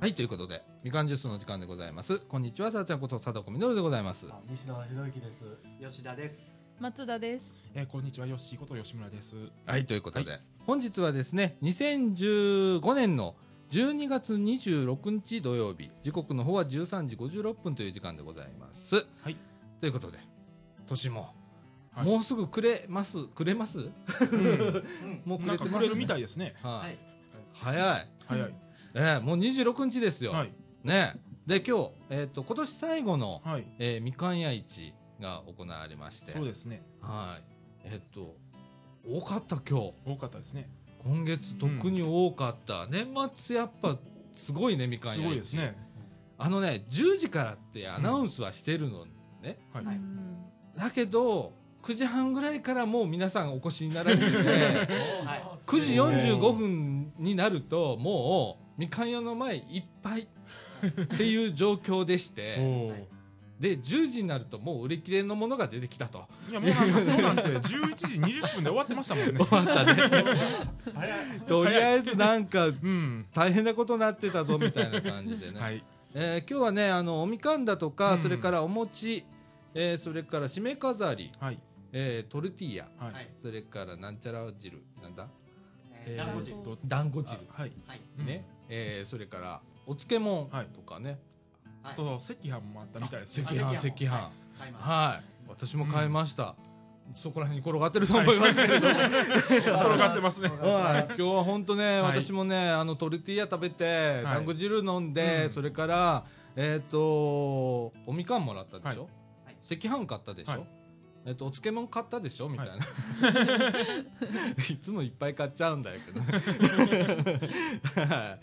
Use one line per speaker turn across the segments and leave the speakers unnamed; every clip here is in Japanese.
はい、ということで、みかんジュースの時間でございます。こんにちは、さあちゃんこと貞子みのるでございます。
あ西野博之です。
吉田です。
松田です。
えーこんにちは、よっしーこと吉村です。
はい、ということで、本日はですね、2015年の12月26日土曜日、時刻の方は13時56分という時間でございます。
はい
ということで、年も、
はい
もうすぐくれます、くれます
うん
うん。
もうく
な
れ
ん
て
か
ます
くれるみたいですね。
は
はいい。。
早い。
早い。
ええもう26日ですよ。
はい。
ねえで、今日、えっ、と、今年最後の、
はい。
えーみかん屋市が行われまして。
そうですね。
はい。えっと、多かった今日。
多かったですね。
今月特に多かった。年末やっぱすごいね、みかん屋市
すごいです。ね。
あのね、10時からってアナウンスはしてるのね。
はい。
はい
うん
だけど、9時半ぐらいからもう皆さんお越しになられて て、
はい。
9時45分になると、もう、みかん屋の前いっぱいっていう状況でし
お
て、
お。
はい
で、10時になるともう売り切れのものが出てきたと。
いや、もうなんか、今日なんて11時20分で終わってましたもんね。
終わったね。
早 い。
とりあえずなんか、
うん。
大変なことになってたぞみたいな感じでね、
はい。
えー今日はねあのおみかんだとか、
うん
それからお餅、えーそれから締め飾り、
はい。
えートルティーヤ
は。
はいい。
それからなんちゃら汁なんだ
えー、ラゴジ
えー
と
団子汁、
あはい。
はい。
うん
ね、えーそれからお漬物
はい
とかね、
はい。
と、赤飯もあったみたいです
赤
ね。
飯
あ
赤
赤
飯
飯
は
買い
い、
ました。
私も買いました、そこら辺に転がってると思いますけど、はい
転がってますね。
今日は本当ね、
はい
私もねあのトルティーヤ食べて、
い
団子汁飲んで、
うん
それからえっ、とおみかんもらったでしょ、
はいはい
赤飯買ったでしょ、
はい
えっと、お漬物買ったでしょみたいな、 い、つもいっぱい買っちゃうんだけどねは
は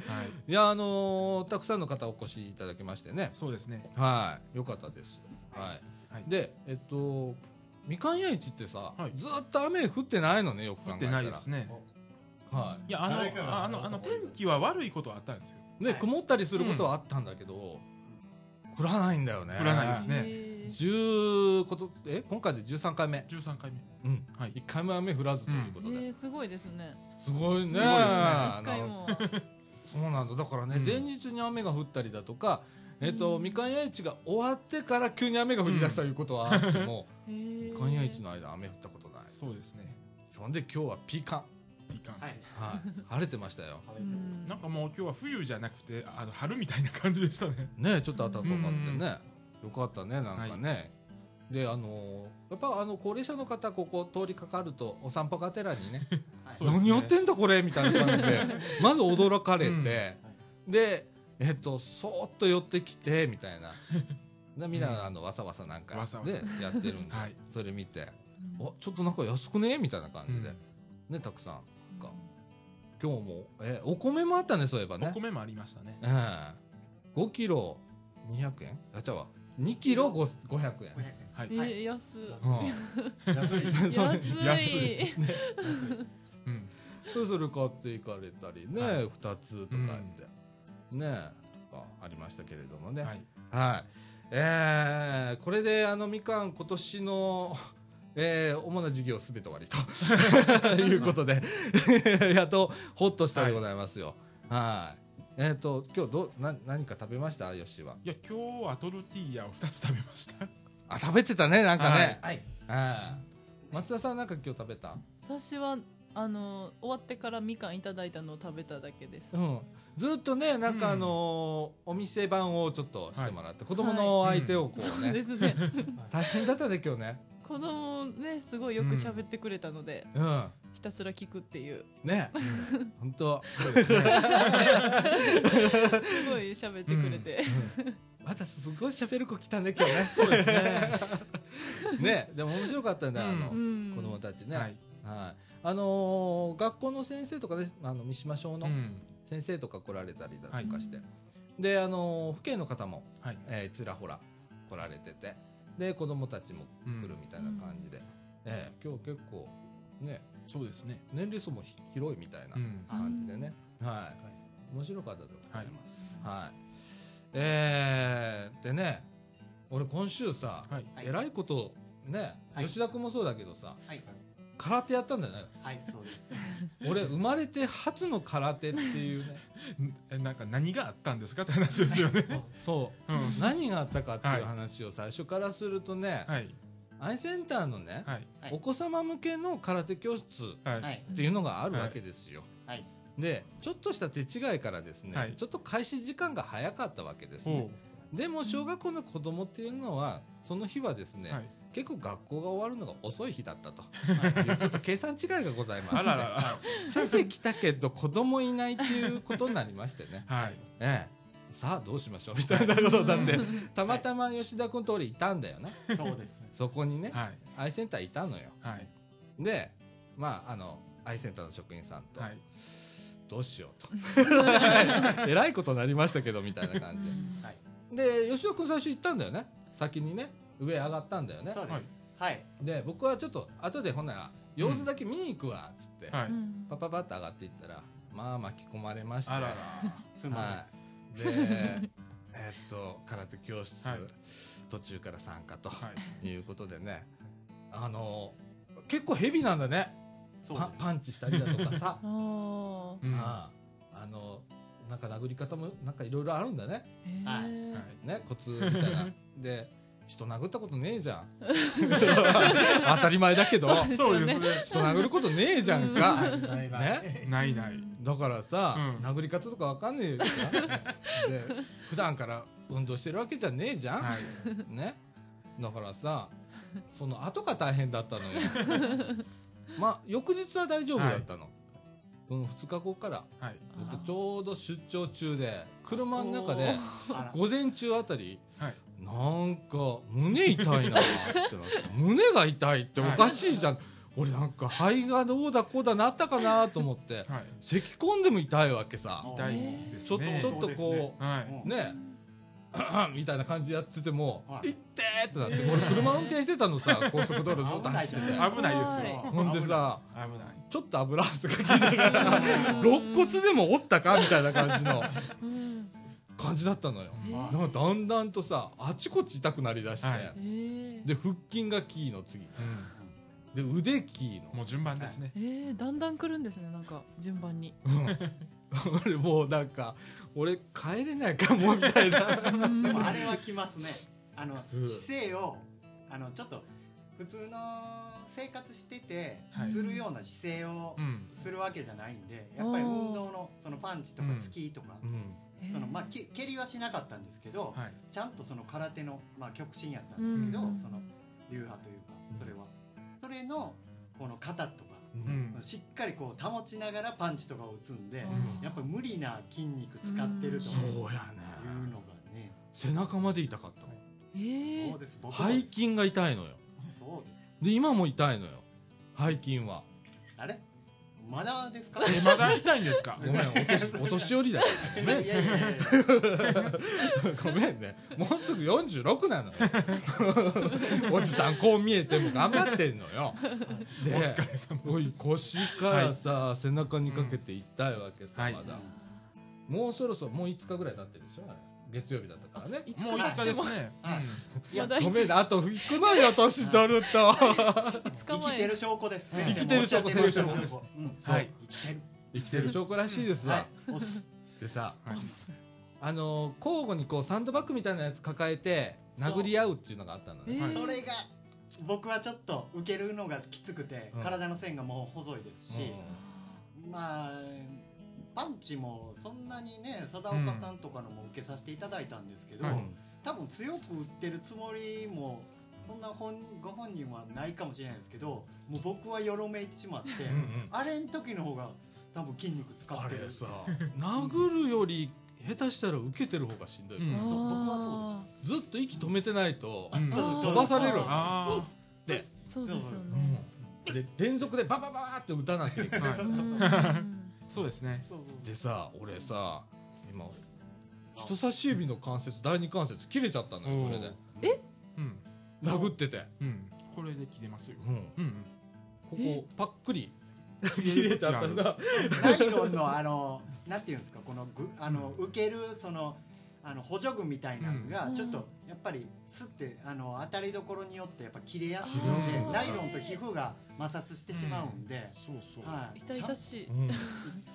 い。
いいやあのーたくさんの方お越しいただきましてね
そうですね。
はいよかったです、はい
はい
でえっとみかん屋市ってさ、
はい
ずーっと雨降ってないのねよく考
降っ
え
て
たら
ないですね。
はい
いや、あの
誰か、が
ああの、あの、天気は悪いことはあったんですよ。
ね、
はい
曇ったりすることはあったんだけど、降らないんだよね
降らないですね
えー
10ことえ今回で13回目
13回目。
うん
はい。
1回も雨降らずということで、
えーすごいですね。
すごいね
すごいですねあ
一回
なんか
も。
そうなんだだからね、
うん
前日に雨が降ったりだとかえっと、
うん
みかん屋市が終わってから急に雨が降り出したということはあっても、
えー
みかん屋市の間雨降ったことない
そうですね。
ほんで今日はピーカン、
いかん。
はい。
はい、 晴れてましたよ
うん
なんかもう今日は冬じゃなくてあの春みたいな感じでしたね。
ねちょっと暖かかったね、よかったねなんかね、であのーやっぱあの高齢者の方ここ通りかかるとお散歩がてらにね
はい
そうです
何
ね
やってんだこれみたいな感 じでまず驚かれて、
うんは
でえっとそーっと寄ってきてみたいなでみん
うん
なあのわさわさなんか
わさわさ
でやってるんで、
はい
それ見て「おちょっとなんか安くね?」みたいな感じで、ねたくさんか今日もえお米もあったねそういえば
お
ね
米もありましたね。
ええ5キロ200円あ、ちゃうわ。2キロ5 500円。
はい。
え
はい
ー安
安
うん
い。安い。
そう
い。
安
安
い
い。
うん。
それぞれ買っていかれたりね、
は
2つとかやって、ねえとかありましたけれどもね。は。
はいい。
えーこれであのみかん今年の、 えー主な事業すべて終わりということで、 やっとほっとしたでございますよ。はい。えっ、と、今日どう、な、何か食べましたよしは。
いや今日はトルティーヤを二つ食べました。
あ、食べてたね、なんかね。
はい。
はい。松田さんなんか今日食べた
私はあの終わってからみかんいただいたのを食べただけです
う。ん、ずっとねなんか
うん
あのーお店番をちょっとしてもらって、子供の相手をこう
そう
ね、
ですね。
大変だったね今日ね
子供ねすごいよく喋ってくれたので
うん
ひたすら聞くっていう
ね本当
すごい喋ってくれて。
またすごい喋る子来たね今日ね そうですねねでも面白かったんだ、 あの、
う
うん
子供たちね、
は
はい
い。
あのー学校の先生とかねあの三島小
う
の
ん。
先生とか来られたりだとかして、
はい
であのー府警の方も
はい。
えーちらほら来られててで子供たちも来るみたいな感じで、えー今日結構ね
そうですね。
年齢層もひ広いみたいな
うん。
感じでね、はい面白かったと思います、はいえーでね俺今週さ、
はい。
はい
えらいことね、
はい
吉田君もそうだけどさ
はい。
空手やったんだよね
はい、そうです。
俺生まれて初の空手っていうね
えなんか何があったんですかって話ですよ ね
そう
うん
何があったかっていう話を最初からするとね、
はい
アイセンターのね、
はい
はい
お子様向けの空手教室
はい
は
はい
い
っ、ていうのがあるわけですよ、
はい、
でちょっとした手違いからですね、
はい
ちょっと開始時間が早かったわけですね
ほ
でも小学校の子供っていうのはその日はです
う
ね、
はい
結構学校が終わるのが遅い日だったと
は い
ちょっと計算違いがございま
あ
し
ら
て、
らら
先生来たけど子供いないっていうことになりまして ね
はい
ええさあどうしましょうみたいなことだってたまたま吉田君と俺いたんだよね
そうです。
そこにね、
はい
アイセンターいたのよ
はい
でまああのアイセンターの職員さんと、
はい
どうしようとえらいことになりましたけどみたいな感
はい、
じでで吉田君最初行ったんだよね先にね上上がったんだよね
そうです。はい、
で僕はちょっと後でほんなら様子だけ見に行くわっつって、
はい
うん
パパパッと上がっていったらまあ巻き込まれまして
あらら
すみません。
はい、で えっと空手教室、
はい
途中から参加と
はい
いうことでね、あの結構ヘビなんだね
そう
パン
です。
パンチしたりだとかさ、
あー
うんは
あああのなんか殴り方もなんかいろいろあるんだね
へー
はい
い
ねコツみたいな で人殴ったことねえじゃん 当たり前だけど
そうです
そう
ね
人殴ることねえじゃんか、
ないない
ね
ないない
だからさ、
うん
殴り方とかわかん ねえじゃんで普段から運動してるわけじゃねえじゃん、
はい
ねだからさその後が大変だったのよ まあ翌日は大丈夫だったの、その2日後から
は
あ
い
僕
ー
ちょうど出張中で車の中で
あら
午前中あたり
はい
なんか胸痛いなってなって胸が痛いっておかしいじゃん、俺なんか肺がどうだこうだなったかなと思って
はい
咳き込んでも痛いわけさ
痛いです
ちょっと
ね
ちょっとこ
は
う
い
うんね みたいな感じでやってても「
はい
いって!」ってなって俺車運転してたの さ高速道路ずっと走って
危
て
ない
危ないです
怖い
よ
ほんでさ
危ない
ちょっと油汗が効いてるから
うん
肋骨でも折ったかみたいな感じの
うん
感じだったのよ
え
だからだんだんとさあちこち痛くなりだして、
はい
ー
で腹筋がキーの次
うん
で腕キー
も
の、
う順番ですね
えーだんだん来るんですねなんか順 番に
うん、俺もうなんか俺帰れないかもみたい な
でもあれはきますね。あの
うん
姿勢をあのちょっと普通の生活してて
はい
するような姿勢を
うん
するわけじゃないんで、やっぱり
あー
運動のそのパンチとか
うん
突きとか
う、ん
そのまあけ蹴りはしなかったんですけど、
はい
ちゃんとその空手のまあ極真やったんですけど、
うん
その流派というか
うん
それはそれのこの肩とか
う
うんん
しっかりこう保ちながらパンチとかを打つんで、やっぱり無理な筋肉使ってると
そ
いう
うや
う
ね
のがね、
背中まで痛かったもん
りえ
そ
ー
うです僕も
背筋が痛いのよ
そうです
で今も痛いのよ背筋は
あれまだですか
えまだ痛いんですか
ごめんお 年お年寄りだよご
い
め
やい
ん
やいやいや
ごめんねもうすぐ46なの よおじさんこう見えても頑張ってんの よ
お
で
疲れ様
おい腰からさ、背中にかけて痛いわけさ、
はい
まだもうそろそろもう5日ぐらい経ってるでしょあれ月曜日だったからね
いつ
もう
から
5日
で
で
も
すね
はいいや
まだ
ごめんねあと行くのよ年取ると
捕
生
ま
き
え
てる証拠です
生
きてる証拠
生きてる証
生きてる証
拠うん
そう
はい生きてる
生きてる証拠らしいですわ、
はいおす
でさ
はい
あのー交互にこうサンドバッグみたいなやつ抱えて殴り合うっていうのがあったの
え
ね、
ー
それが僕はちょっと受けるのがきつくて
うん
体の線がもう細いですし
う
まあパンチもそんなにね貞岡さんとかのも受けさせていただいたんですけど
うん
多分強く打ってるつもりもそんな本ご本人はないかもしれないですけどもう僕はよろめいてしまって
うんうん
あれん時の方が多分筋肉使
あ
って
れ
る
さ殴るより下手したら受けてる方がしんどい、
うん
そう僕は
ずっと息止めてないと、
うん
そうそう
飛ばされる
あ
で,、
そうですよ
う
ね
ん、で連続でババババって打たなきゃいけ
あ
ない、
は
う
い
んうん
そうですね
そうそう
でさ俺さ今人差し指の関節第二関節切れちゃったのよそれで
うん
殴ってて、
うんこれで切れますよ
うん、
うん
こ
え
こパックリ切れちゃったんだ
ナイロンのあのなんていうんですかこのぐあの受けるそのあの補助具みたいなのが
うん
ちょっとやっぱりすってあの当たりどころによってやっぱ切れやすい
切れ
の
や
です
い
ナイロンと皮膚が摩擦してしまうんで、
そうそう、
はい、
痛々しい
うん
い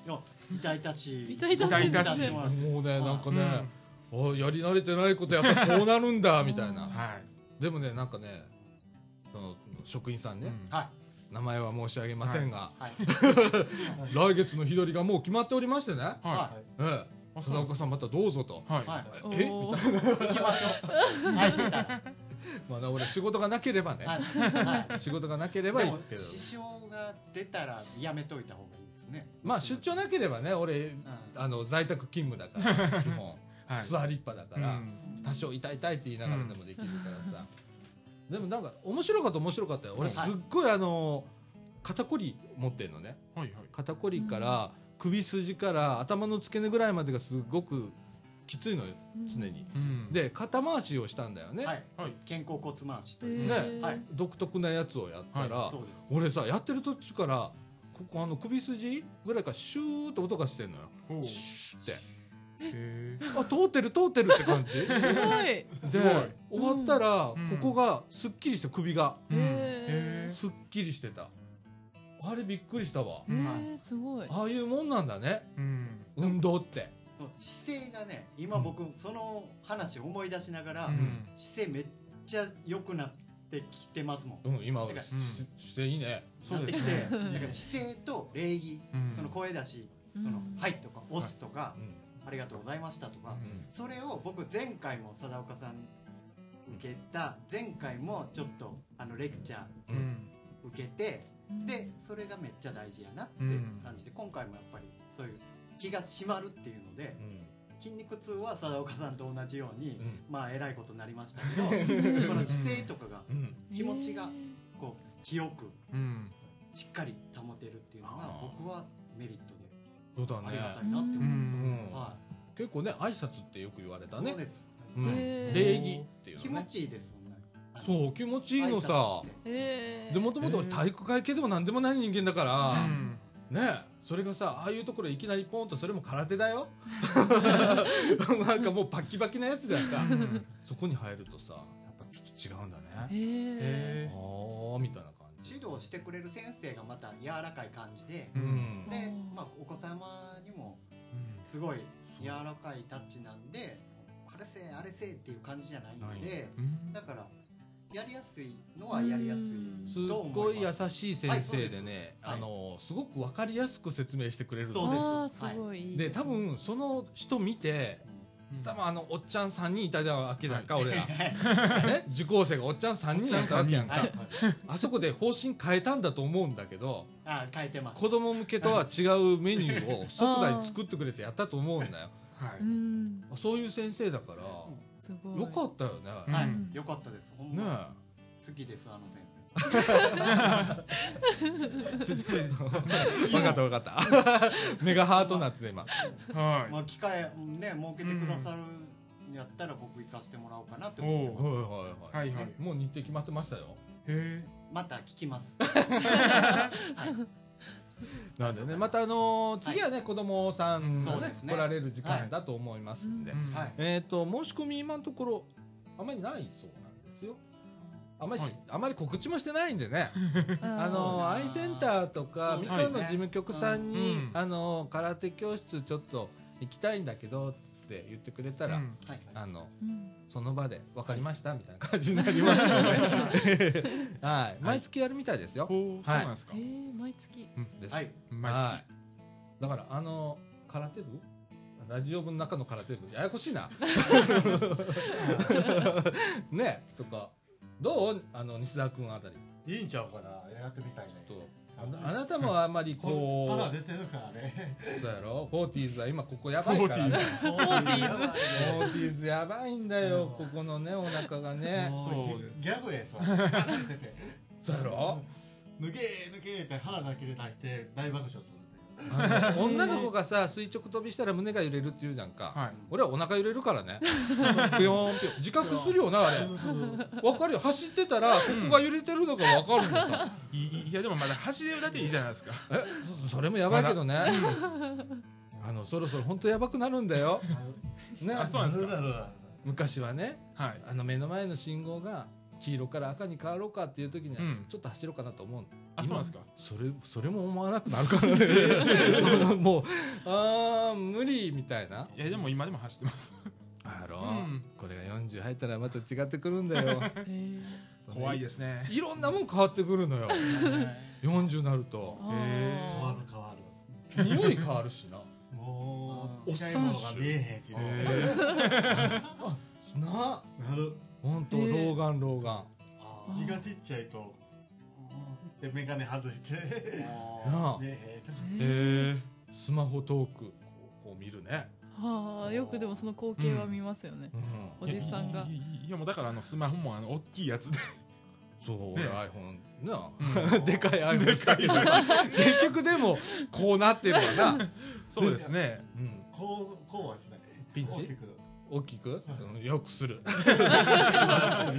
や痛々しい
痛々
しい
痛々しいもの
もうねなんか
うん
ね、あやり慣れてないことやったらこうなるんだみたいな、
は
でもねなんかねその職員さん
い、
ね、
うん
は
名前は申し上げませんが、
いはい
来月の日取りがもう決まっておりましてね、
は
はい
ええ、
い、あそ
貞
うなん
岡
です
さんまたどうぞと、
はい、
はい
お
え
ー
行きましょう入ってたら
まあね俺仕事がなければね、
はいは
仕事がなけれ
い
ば
で
いい
も
けど
支障が出たらやめといた方がいいですね
まあ出張なければね俺
うん
あの在宅勤務だから 基本
はい、
座りっぱだから、
うん
多少痛い痛いって言いながらでもできるからさ、でもなんか面白かった面白かったよ俺すっ
はい
ごいあの肩こり持ってんのね
はいはい、
肩こりから首筋から頭の付け根ぐらいまでがすごくきついのよ常に、
うん、
で肩回しをしたんだよね、
はい
はい
肩甲骨回しと
うん
いう
ね
へー
はい
独特なやつをやったら、
は
そうです
俺さやってる途中からここあの首筋ぐらいからシューって音がしてんのよ
おう
シューって
へ
あ通ってる通ってるって感じ です
ごい
すごい
終わったら、
うん
ここがすっきりして首が
ーうん
へー
すっきりしてたあれびっくりしたわ
え
うん
ー、すごい。
ああいうもんなんだね
うん
運動って
姿勢がね今僕その話思い出しながら
うん
姿勢めっちゃ良くなってきてますもん
うん今は
てか
ししていいね
そうです
な
ね
ってきてだから姿勢と礼儀
うん
その声出し
うん
その「はい」とか「押す」とか
うん
「ありがとうございました」とか
うん
それを僕前回も貞岡さん受けた前回もちょっとあのレクチャー
うん
受けて
うん
でそれがめっちゃ大事やなって
うん
感じで今回もやっぱりそういう気が締まるっていうので筋肉痛は貞岡さんと同じように
うん
まあえらいことになりました けどこの姿勢とかが
うん
気持ちが
へー
こう清く
うん
しっかり保てるっていうのが
あー
僕はメリットで
そうだ
ありがた
ね
いなって思
う
う。
ん
うん
は
結構ね挨拶ってよく言われ
い、
た
そう
ね
です。
うん
へー
礼儀っていう
気
の
持
ね
ちいいですもんね。あの
そう気持ちいいのさ
挨拶して
えー
でもともと体育会系でも何でもない人間だから
う、ん
ねえそれがさああいうところいきなりポンとそれも空手だよなんかもうパッキパキなやつだか
うん
そこに入るとさやっぱちょっと違うんだ
へ
ね
え
へ
ああみたいな感じ
指導してくれる先生がまた柔らかい感じで、
う
うんん
で、まあお子様にもすごい柔らかいタッチなんで、あれせえあれせえっていう感じじゃないんで、
うん
だからやりやすいのはやりやす
うん
い。
すっごい優しい先生でね、
はい
あのすごく分かりやすく説明してくれるの
そうです
あーすごいいい
です多分その人見て
うん
多分あのおっちゃん3人いたじゃんわけだか、俺ら、ね、受講生がおっちゃん3人いたわけやんか、
はい、はい
あそこで方針変えたんだと思うんだけど
あ変えてます。
子供向けとは違うメニューを 即座に作ってくれてやったと思うんだよ
はい
うん
そういう先生だから
すごい
よかったよね、
は
う
い、
ん
よかったです。ほん
ね
ま好きですあの先生。
え分かった分かった 目がハートになってた今
はい
まあ機会ね設けてくださるんやったら僕行かせてもらおうかなって思って
お
ます
う
はいはいは
はいいはい
もう日程決まってましたよ
へ
また聞き ます。
なんでねまたあのー次はね、子供さんが
そう
ね
ですね
来られる時間だと思いますんで、
えうん
はい
えっ、と申し込み今のところあまりないそうなんですよあまりし、
はい
あまり告知もしてないんでねあの
そ
ー
うだな
アイセンターとか
そう
み
ですね
かんの事務局さんに、
うん
あのー空手教室ちょっと行きたいんだけどって言ってくれたら、
うん
はい
あの
うん
その場で分かりましたみたいな感じになります ので、はい、毎月やるみたいですよ。
ほうそうなんですか
えー毎月
です
はい。
毎
は
月
いだからあの空手部ラジオ部の中の空手部ややこしい なねとかどうあの西澤君あたり
いいんちゃうかなやってみたいね
とあのあなたもあんまりこ
こう腹
う
出てるから ね
そうやろフォーティーズは今ここやばいからね
フォーティーズ
フォーティーズやばいんだよここのねお腹がね
そうです
ギャグや さ腹出てて
そうやろ
抜け抜けって腹だけで出して大爆笑するっていう
あの女の子がさ垂直飛びしたら胸が揺れるって言うじゃんか、
はい
俺はお腹揺れるから ねピヨーンピヨーン自覚するよなあれ
そうそう
わかるよ走ってたらここが揺れてるのがわかるんださ
いいいやでもまだ走れるだけいいじゃないですか
えそそれもやばいけどね、
まだ
うんあのそろそろ本当やばくなるんだよ。ね、
あそうなんですか
だろうな
昔はね
はい
あの目の前の信号が黄色から赤に変わろうかっていう時には
うん
ちょっと走ろうかなと思うの、
あそうなんですか
それそれも思わなくなるからね もうあー無理みたいない
やでも今でも走ってます
あろ、
うん
これが40入ったらまた違ってくるんだ よ
え
怖い
よ
ですね
いろんなもん変わってくるのよ40になると
ー、
へ
変
あ
わる変わる
匂い変わるしな
もう
おっ
違い
さん
ものが見えへんしね
な
なる
本当
えー
老眼老眼
ー
字がちっちゃいとで眼鏡外してね
なあ
え
ー
えー
スマホトークこうこう見るね、
はあよくでもその光景は見ますよね、
うん、
おじさんが
いやいやいやもうだからあのスマホもあの大きいやつで
そう俺 iPhone な
ー
でかい iPhone したけどさ 結局でもこうなってるわな、
そうですね
うん、
こうこうはしない
ピンチ
大きく
大きく、うんよくする
老眼っ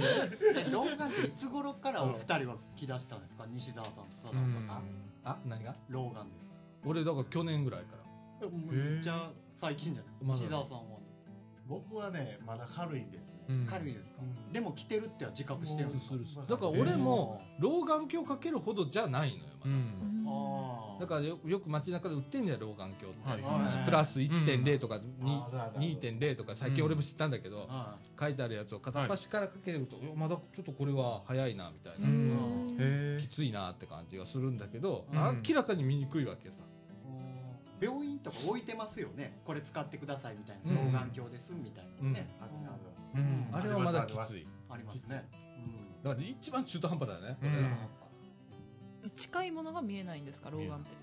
ていつ頃からお二人は来だしたんですか西澤さんと貞岡さん
あ何が
老眼です
俺だから去年ぐらいから
えもうめっちゃ最近じゃ
ま
な
だ
い西澤さんは
僕はねまだ軽いんです
うん
軽いですか
うん
でも来てるっては自覚してるんですか
するするだから俺も老眼鏡かけるほどじゃないのよ、ま
う
だ
うんん
ああ
だからよよく街中で売ってんじゃん老眼鏡って、
はい
うんプラス1.0とかに
あるあるある
2.0とか最近俺も知ったんだけど、
ら
書いてあるやつを片っ端からかけると、いやまだちょっとこれは早いなみたいな、
うん
へえ
きついなって感じがするんだけど、
うん
明らかに見にくいわけさ
病院とか置いてますよねこれ使ってくださいみたい
うん
な老眼鏡ですみたいなね
あ
あ
る
る
あ
あ
る
うん
あれはまだきつい
るありますねうん
だから一番中途半端だよね、
うん
俺ら
近いものが見えないんですか老眼って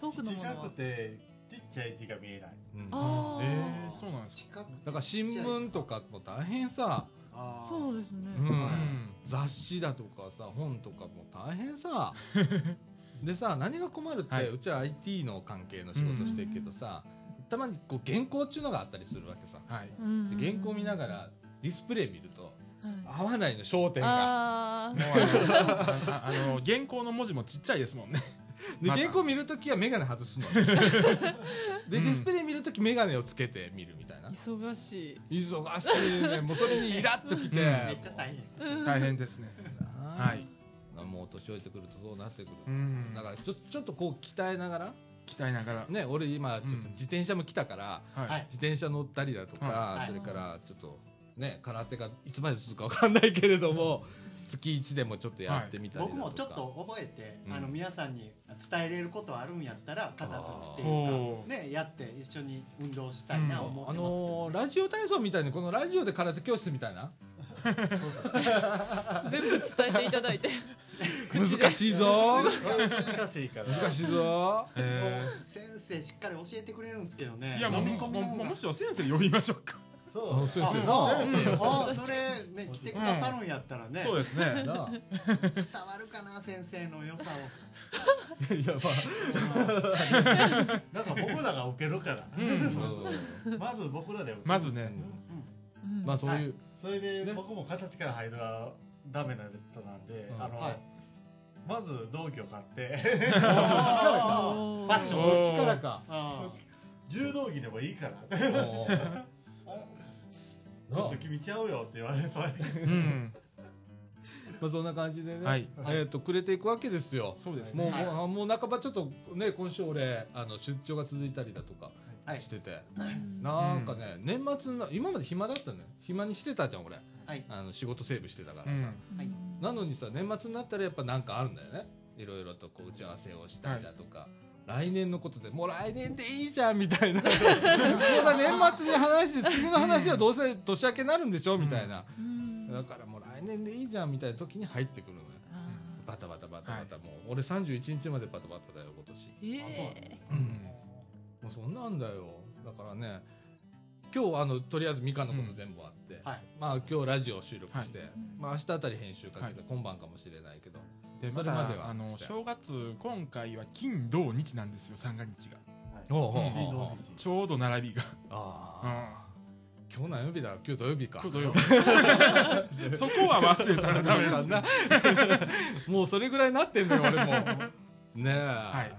遠くのもの
近
は
くてちっちゃい字が見えない
うんだ
あー
えーそうなんですか
近く
から新聞とかも大変さ、
あー
そうですね、
うん
うん
雑誌だとかさ本とかも大変さでさ何が困るって、
はいう
ちは IT の関係の仕事してるけどさ、たまにこう原稿っていうのがあったりするわけさ
はい
う
で
ん
原稿見ながらディスプレイ見ると
はい
合わないの焦点が
あ
もうあのああの原稿の文字もちっちゃいですもんね
で
また
原稿見るときは眼鏡外すのでディスプレイ見るとき眼鏡をつけて見るみたいな
あ忙しい
忙しいねもうそれにイラッときて、
うん
めっちゃ大変
大変ですねは
はいもう年老いてくるとそうなってくる、
うん
だからちょちょっとこう鍛えながら
鍛えながら
ね俺今ちょっと
うん
自転車も来たから、
は
はいい
自転車乗ったりだとか、
はい
はい
それからちょっとね空手がいつまで続くか分かんないけれども月1でもちょっとやってみたりだと
僕
か、
もちょっと覚えて、
うん
あの皆さんに伝えれることあるんやったら肩取ってい
あー
うかねやって一緒に運動したいな
うん
思って
あ
ますけど、
のーラジオ体操みたいにこのラジオで空手教室みたいな
全部伝えていただいて
難しいぞ
難しいから
難しいぞ
え
先生しっかり教えてくれるんですけどね
ーいやもう
飲み
も
込
う
みな
もう
がら
むしろ先生呼びましょうか
そう
そうですよ
あ
な
うんあーそれね来てくださるんやったらね、
そうですね
なあ
伝わるかな先生の良さを
いやまあ
なんか僕らが受けるから
うん
そう
まず僕らで受ける
まずね
うん
まあそういう、
それで、
ね
僕も形から入るのはダメな人なんで、
うん
あの、
はい
まず農業買って
お ー
ファッション
こっちからか
あ
柔道着でもいいから
お
ち
うおうな
ょ
あ
っと君ちゃうよって言われそう
うん
まあそんな感じでね、
はい
えっ、と暮れていくわけですよ。
そうです
もう、
ね
もうあもう半ばちょっとね今週俺あの出張が続いたりだとか
はい
してて、なんかね、年末の今まで暇だったのよ暇にしてたじゃん俺
ーはい
あの仕事セーブしてたから
う
さ、
ん
はい
うん
なのにさ年末になったらやっぱなんかあるんだよねいろいろとこう打ち合わせをしたりだとか。来年のことでもう来年でいいじゃんみたいな こんな年末に話して次の話はどうせ年明けになるんでしょみたいな、
うん
だからもう来年でいいじゃんみたいな時に入ってくるのよ
あ
バタバタバタバタ、もう俺31日までバタバタだよ今年
ーえ
うん
もうそんなんだよだからね今日あのとりあえずみかんのこと全部終わって、
はい
まあ今日ラジオ収録して、
い
まあ明日あたり編集かけて、
はい
今晩かもしれないけど
で
そ
ま
れまで
だ
は
あの正月今回は金土日なんですよ三が日が
おう
う
人道
う
ちょうど並びが
あ
う
あ、
ん
今日何曜日だ今日土曜日か
今日土曜日そこは忘れたらダメですね
もうそれぐらいになってんのよ俺もねえ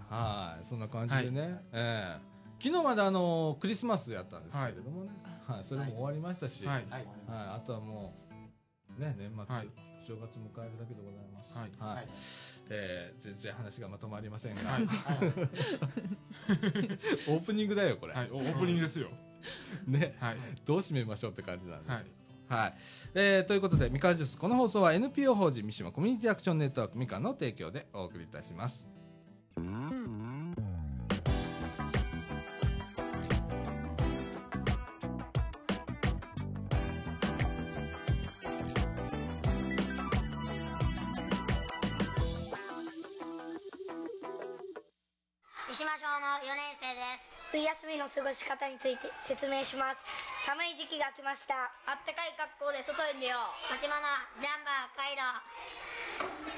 はいいそんな感じでね、ええ昨日まであのクリスマスやったんですけれどもね、はいそれも終わりましたし、
は
はいい
はい
あとはもう、ね、年末、
はい
正月迎えるだけでございます。
はい
はい
はい
えー全然話がまとまりませんが、
は
は
い
い
オープニングだよこれ、
はい、おオープニングですよ。
ね
はい、
どう締めましょうって感じなんですけど。はいえーということで、みかんジュース、この放送は NPO 法人三島コミュニティアクションネットワークみかんの提供でお送りいたします。
三島町の4年生です
冬休みの過ごし方について説明します寒い時期が来ました
あったかい格好で外へ出よう持ち物ジャンバーカイロ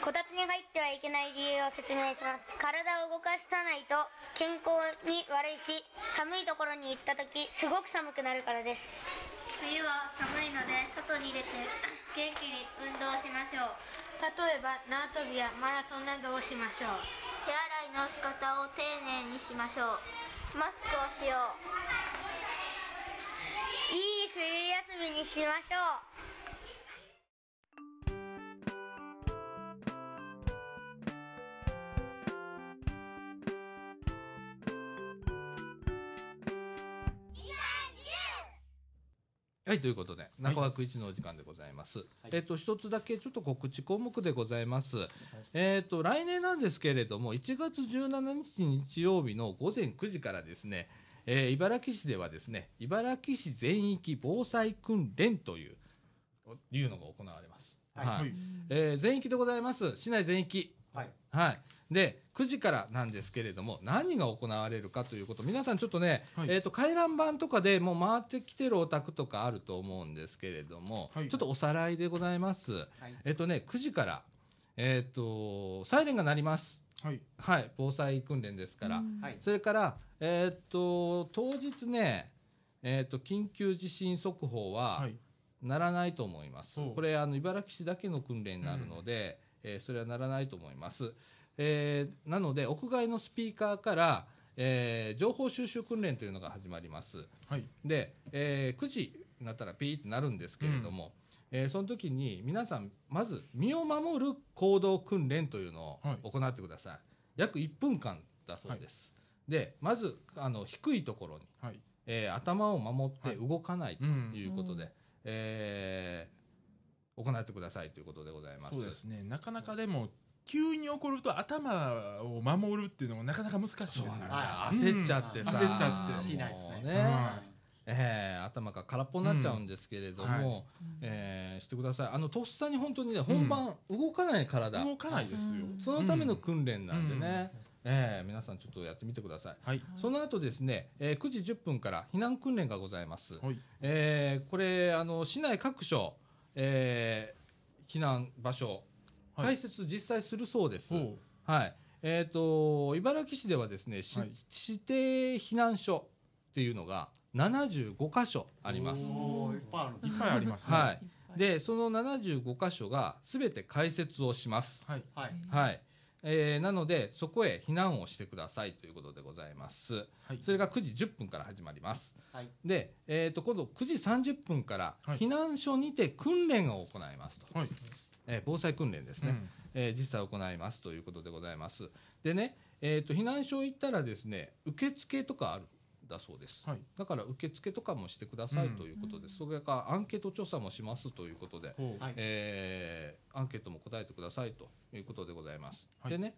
こたつに入ってはいけない理由を説明します体を動かさないと健康に悪いし寒いところに行った時すごく寒くなるからです冬は寒いので外に出て 元気に運動しましょう
例えば縄跳びやマラソンなどをしましょう
手洗いの仕方を丁寧にしましょうマスクをしよういい冬休みにしましょう
はい、ということで、中枠一のお時間でございます。えっと、一つだけちょっと告知項目でございます。えっと、来年なんですけれども、1月17日日曜日の午前9時からですね、えー茨城市ではですね、茨城市全域防災訓練という、いうのが行われます。はい。
はい
えー全域でございます。市内全域。
はい
はい。で、9時からなんですけれども、何が行われるかということ、皆さんちょっとね、
はい
えっ、と、回覧板とかでもう回ってきてるお宅とかあると思うんですけれども、
はい
ちょっとおさらいでございます。
はい
えっ、とね、9時から、えっ、と、サイレンが鳴ります。
はい、
はい。防災訓練ですから。
はい
それから、えっ、と、当日ね、えっ、と、緊急地震速報は、
はい、
ならないと思います。
そう
これあの茨城市だけの訓練になるので、えーそれはならないと思います。えーなので屋外のスピーカーから、えー情報収集訓練というのが始まります。
はい、
で、えー9時になったらピーってなるんですけれども、えーその時に皆さんまず身を守る行動訓練というの
はい
を行ってください。約1分間だそうです。でまずあの低いところに
はい、
えー頭を守って動かないということで、
う
えー行ってくださいということでございます。
そうですね。なかなかでも急に起こると頭を守るっていうのもなかなか難しいですよね。
そうなん
は
あー焦っちゃってさ、
うん焦っちゃって
もう
しないですね
は
えー頭が空っぽになっちゃうんですけれども、
うんは
えーしてくださいあのとっさに本当にね本番、動かない体
い動かないですよ。
そのための訓練なんでね、えー皆さんちょっとやってみてください。
はい、
その後ですね、えー9時10分から避難訓練がございます。
はい、
えーこれあの市内各所、えー避難場所
はい
開設実際するそうです。はい、
そ
えっ、と茨城市ではですね、し
はい
指定避難所っていうのが75箇所あります。
おーいっぱいあるん
う、
で
いっ
すね
ぱいありますね。、
はいい。でその75箇所がすべて開設をします。
はい、
はい
はい。えーなのでそこへ避難をしてくださいということでございます。
はい、
それが9時10分から始まります。
はい
で、えー、と今度9時30分から
はい
避難所にて訓練を行いますと、
はい、
えー防災訓練ですね、
うん
えー実際行いますということでございます。でね、えー、と避難所行ったらですね受付とかあるんだそうです。
はい、
だから受付とかもしてください
うん
ということです、それからアンケート調査もしますということで、
ほう
はい
えーアンケートも答えてくださいということでございます。
はい
でね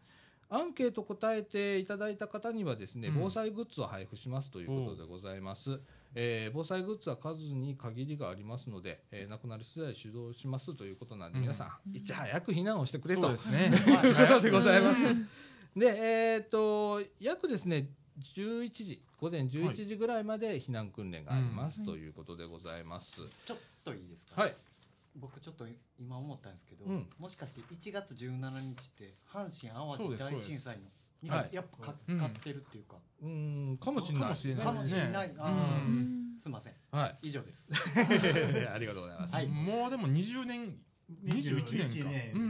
アンケート答えていただいた方にはですね、
うん
防災グッズを配布しますということでございます。えー防災グッズは数に限りがありますので、えー、亡くなり次第指導しますということなんで、
うん
皆さんいち早く避難をしてくれと
そう
い
で
う
すね。
ことでございます。で、えーっと約ですね11時午前11時ぐらいまで避難訓練があります、
うん
ということでございます。
ちょっといいですか
はい、
僕ちょっと今思ったんですけど、
うん
もしかして1月17日って阪神・
そ
淡
うで
路
す
大震災のに
はい
やっぱか
うん
買ってるっていうか、
うーんかもしれない。
かもしれない
かもしれない、あ
う
ー
ん
すいません
はい。
以上です
ありがとうございます。
はい
もうでも20年、21年か。
21
う、
うん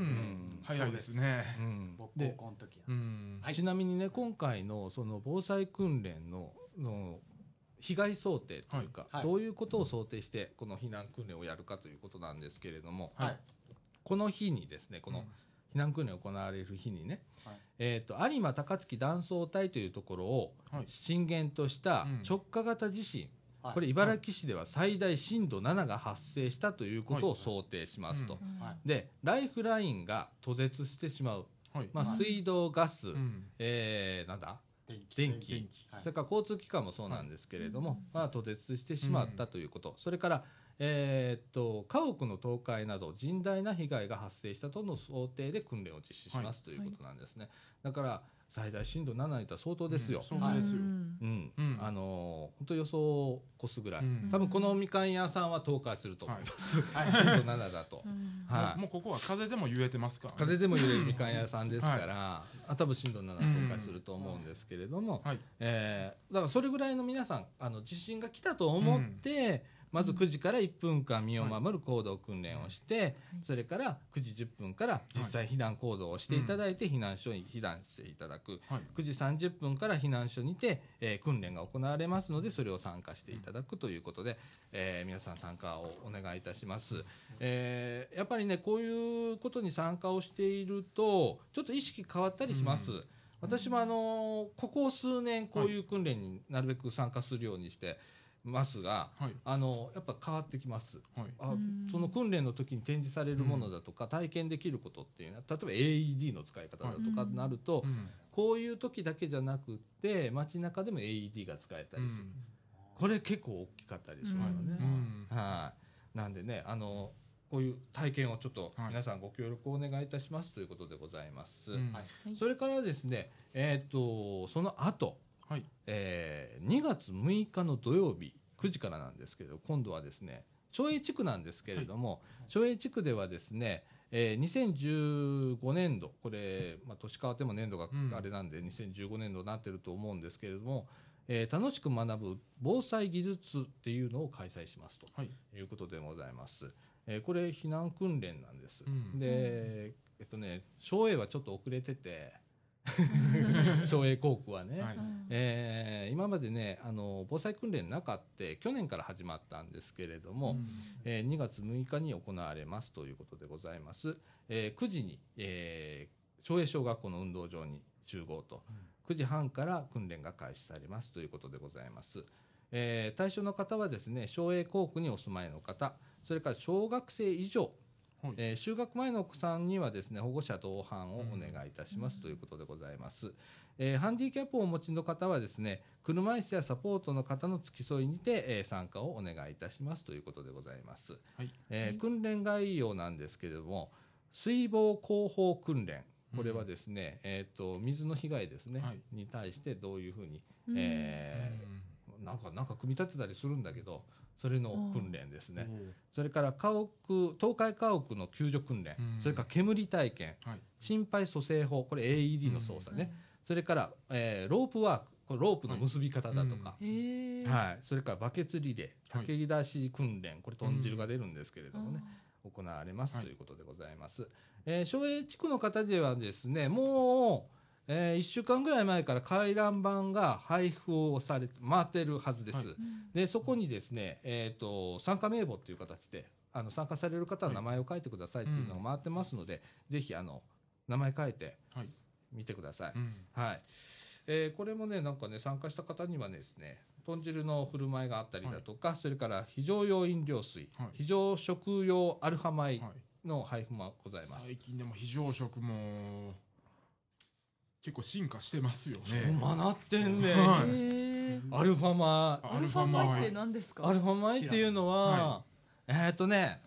ん
早いですね。
うん
僕高
で
校の時や
うん、
はい
ちなみにね今回のその防災訓練のの被害想定というか、
はいはい
どういうことを想定してこの避難訓練をやるかということなんですけれども、
はい
この日にですねこの避難訓練が行われる日にね、
はい
えー、と有馬高槻断層帯というところを
はい
震源とした
うん
直下型地震、
はい
これ茨城市では最大震度7が発生したということ
は
を
い
想定しますと。
うん
はい
でライフラインが途絶してしまう、
はい
まあ、
はい
水道ガス、
うん
えーなんだ
電気
電気
電気はい
それから交通機関もそうなんですけれども、まあ、途絶してしまったということ、それから、えーっと家屋の倒壊など甚大な被害が発生したとの想定で訓練を実施します、ということなんですね、だから最大震度7にいたら相当ですよ、
そうですよ。
ん
うん
うん
あのー本当予想を超すぐらい、
うん
多分このみかん屋さんは倒壊すると思います、
はい
震度7だと
う。ん
はい
もうここは風でも揺れてますからね。
風でも揺れるみかん屋さんですから、あ多分震度7とかすると思うんですけれども、
はい。
えーだからそれぐらいの皆さんあの地震が来たと思って、まず9時から1分間身を守る行動訓練をして、それから9時10分から実際避難行動をしていただいて、避難所に避難していただく、
はい
9時30分から避難所にて、えー訓練が行われますのでそれを参加していただくということで、えー皆さん参加をお願いいたします、えーやっぱりねこういうことに参加をしているとちょっと意識変わったりします、
うん
私もあのーここ数年こういう訓練になるべく参加するようにしてますが、
はい。
あのやっぱ変わってきます
はい。
あ
うん
その訓練の時に展示されるものだとか、体験できることっていうのは例えば AED の使い方だとか
はい
になると、
うん
こういう時だけじゃなくって街中でも AED が使えたりする、
うん
これ結構大きかったりしますよね。
うん
はい、なんでねあのこういう体験をちょっと
はい
皆さんご協力をお願いいたしますということでございます。
うん
はい
それからですね、えー、とその後、
はい
えー2月6日の土曜日9時からなんですけれど今度はですね町営地区なんですけれども、町営地区ではですね、えー2015年度これ、まあ、年変わっても年度が
うん
あれなんで、2015年度になってると思うんですけれども、えー楽しく学ぶ防災技術っていうのを開催しますと
はい。
いうことでございます。えーこれ避難訓練なんです。
うん
で、えっとね、省営はちょっと遅れて て、省営航空はね、
はい。
えー今までね、あの、防災訓練なかって、去年から始まったんですけれども、えー2月6日に行われますということでございます。えー9時に、えー、町営小学校の運動場に集合と、9時半から訓練が開始されますということでございます。えー対象の方はですね、省営校区にお住まいの方、それから小学生以上、
はい
えー就学前のお子さんにはですね、保護者同伴をお願いいたしますということでございます。えーハンディキャップをお持ちの方はですね、車椅子やサポートの方の付き添いにて、えー参加をお願いいたしますということでございます。
はい
えー
はい
訓練概要なんですけれども、水防広報訓練、これはですね、えー、と水の被害ですね、
はい
に対してどういうふうに、
うん
えーなんかなんか組み立てたりするんだけど、それの訓練ですね、それから家屋倒壊家屋の救助訓練、
うん
それから煙体験、
はい。
心肺蘇生法、これ AED の操作ね、それから、えーロープワーク、これロープの結び方だとか、
へー
はい、それからバケツリレー、
はい
竹出し訓練、これ豚汁が出るんですけれどもね、行われます
はい
ということでございます。えー、省営地区の方ではですね、もう、え1週間ぐらい前から回覧板が配布をされて、回ってるはずです。
は
で、そこにですね、えっ、と、参加名簿っていう形で、あの、参加される方の名前を書いてくださいっていうのが回ってますので、ぜひ、あの、名前書いて
はい。
みてください。
うん
はい。えーこれもね、なんかね、参加した方にはですね、豚汁の振る舞いがあったりだとか、それから非常用飲料水、
はい
非常食用アルファ米
はい。
の配布もございます。
最近でも非常食も結構進化してますよね。
学ってんね、
はい
へー
アルファ米。
アルファ米って何ですか
アルファ米っていうのは
は、
えっ、とね、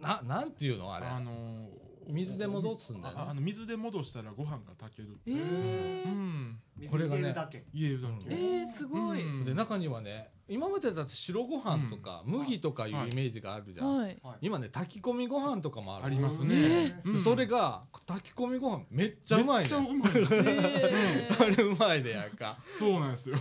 な、なんていうのあれ。
あの
水で戻すんだよね
ああの水で戻したらご飯が炊ける。
えー
うん。
これがね
入れるだけ
家だけ。
えー、すごい、
うん
で、中にはね、今までだって白ご飯とか、麦とかいう
はい
イメージがあるじゃん。
はい
今ね、炊き込みご飯とかもある。
ありますね。
で
うん
それが炊き込みご飯めっちゃうまい
めっ
ね
ちゃうまいです
え ー
あれうまいでやんか
そうなんですよ。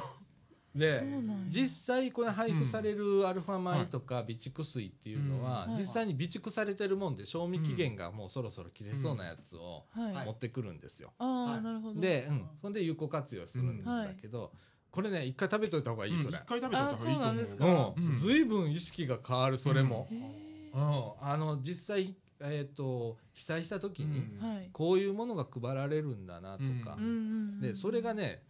で
そうなんや
実際これ配布されるアルファ米とか備蓄水っていうのは
うんはい
実際に備蓄されてるもんで賞味期限がもうそろそろ切れそうなやつを
はい、
持ってくるんですよ
ああ、
はい
なるほど
で、うん、そんで有効活用するんだけど、これね一回食べといた方がいい、
うん
それ
一回食べちゃった方がいい
あそう
と
な
思
ん
う
ですか
う、
うんん
ずいぶん意識が変わるそれも、
へ
うんあの実際、えー、と被災した時
う
に
ん
ーはい
こういうものが配られるんだなとか、
うんうんうん
でそれが
ね
ね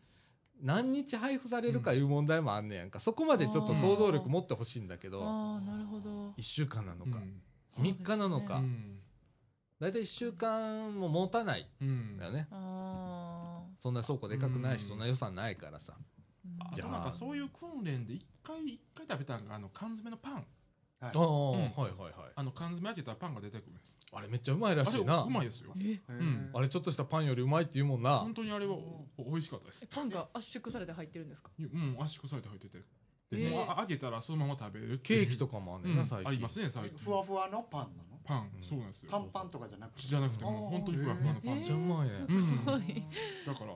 何日配布されるかいう問題もあんねやんかそこまでちょっと想像力持ってほしいんだけど
ああなるほど
1週間なの
うん
か、3日なの
う
か、
ん
大体1週間も持たない
うん
んだよね、
あ
そんな倉庫でかくないし、
うん
そんな予算ないからさ
あ
あ
じゃ
と
あ
なんかそういう訓練で一回一回食べたんがあの缶詰のパン
ああ、
うん
はいはいはい
あの缶詰開けたらパンが出てくるんです
あれめっちゃうまいら
あ
し
れ
いなあ
うまいですよ
え
へー
うん
れちょっとしたパンよりうまいって言うもんな
本当にあれはおお美味しかったです
えパンが圧縮されて入ってるんですか
うん圧縮されて入っててでね
えー
あ開けたらそのまま食べるって
ケ
いう
ーキとかもあんねん
う
な、
ん
最近
ありますね最
ふ
近
わふわのパンなの
パン
うん
そうなんですよ
パンパンとかじゃなくて
じゃなくてもう本当にふわふわのパン
ちゃうまいね
え
う
ー
ん
すごい
だから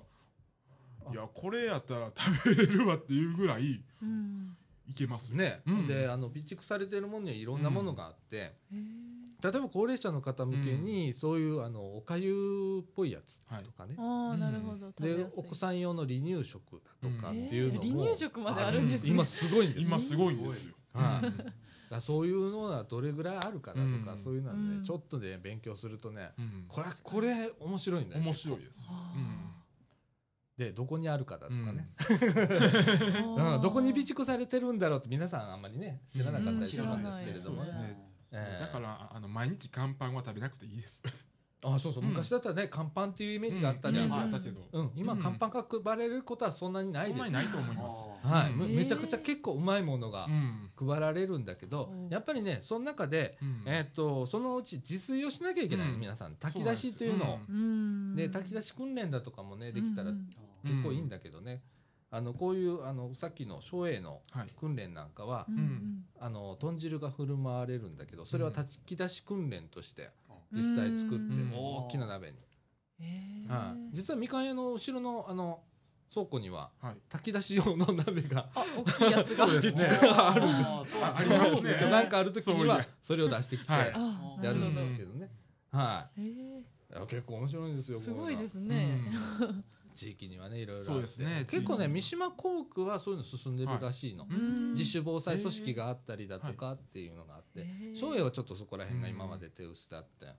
いやこれやったら食べれるわっていうぐらい
うん
いけますよ
ね、
うん
であの備蓄されてるものにはいろんなものがあって、
えー
例えば高齢者の方向けにそういうあのおかゆっぽいやつ
はい
とかね、
ああなるほど食べ
で
やすい
お子さん用の離乳食だとかっていうのも、
えー離乳食まであるんですね
今すごいんですよ
今すごいんですよ
はいだからそういうのはどれぐらいあるかだとか、
うん
そういうのはね、
うん
ちょっとね勉強するとね
うん
これこれ面白いんだよ、
面白いです
あ
でどこにあるかだと
う
か
ん
ね、
ー
うんどこに備
あ
蓄されてるんだろうって皆さんあんまりね知らなかったりするんですけれども、
うん知らないですね
えー
だからあの毎日乾パンは食べなくていいです
あそうそう、
うん
昔だったらね乾パンっていうイメージがあった
イ
じ
メ
ゃん、
ージ
うん
があったけど
今
うん
乾パンが配れることはそんなにない
そん
で
な
す
にないと思います
あー
はい、
うん
む
へー
めちゃくちゃ結構うまいものが
うん
配られるんだけど、
うん
やっぱりねその中で、
うん
えーっとそのうち自炊をしなきゃいけない、
うん
皆さん炊き出しというのを
そ
ーうん
で炊き出し訓練だとかもねできたら
うん
うん
結構いいんだけどね、あのこういうあのさっきの省営の
はい
訓練なんかは、
うんうん
あの豚汁が振る舞われるんだけどそれは炊き出し訓練として
うん
実際作って
うん
大きな鍋に。
えー
はい、実はみかん屋の後ろのあの倉庫には
はい
炊き出し用の鍋が
あ大きいやつが
そうですね
あるんです
あありますね
なんかある時に
そうい
は
や
それを出してきて
は
や
い
あーな
る
る
ん
ほど
ですけどね、は
えー
い、いや結構面白いんですよ
すごいですすね
地域にはねいろいろあって
そうですね
結構ね三島工区はそういうの進んでるらしいの、
うん
うん
自主防災組織があったりだとかっていうのがあって
へー
松栄はちょっとそこら辺が今まで手薄だったん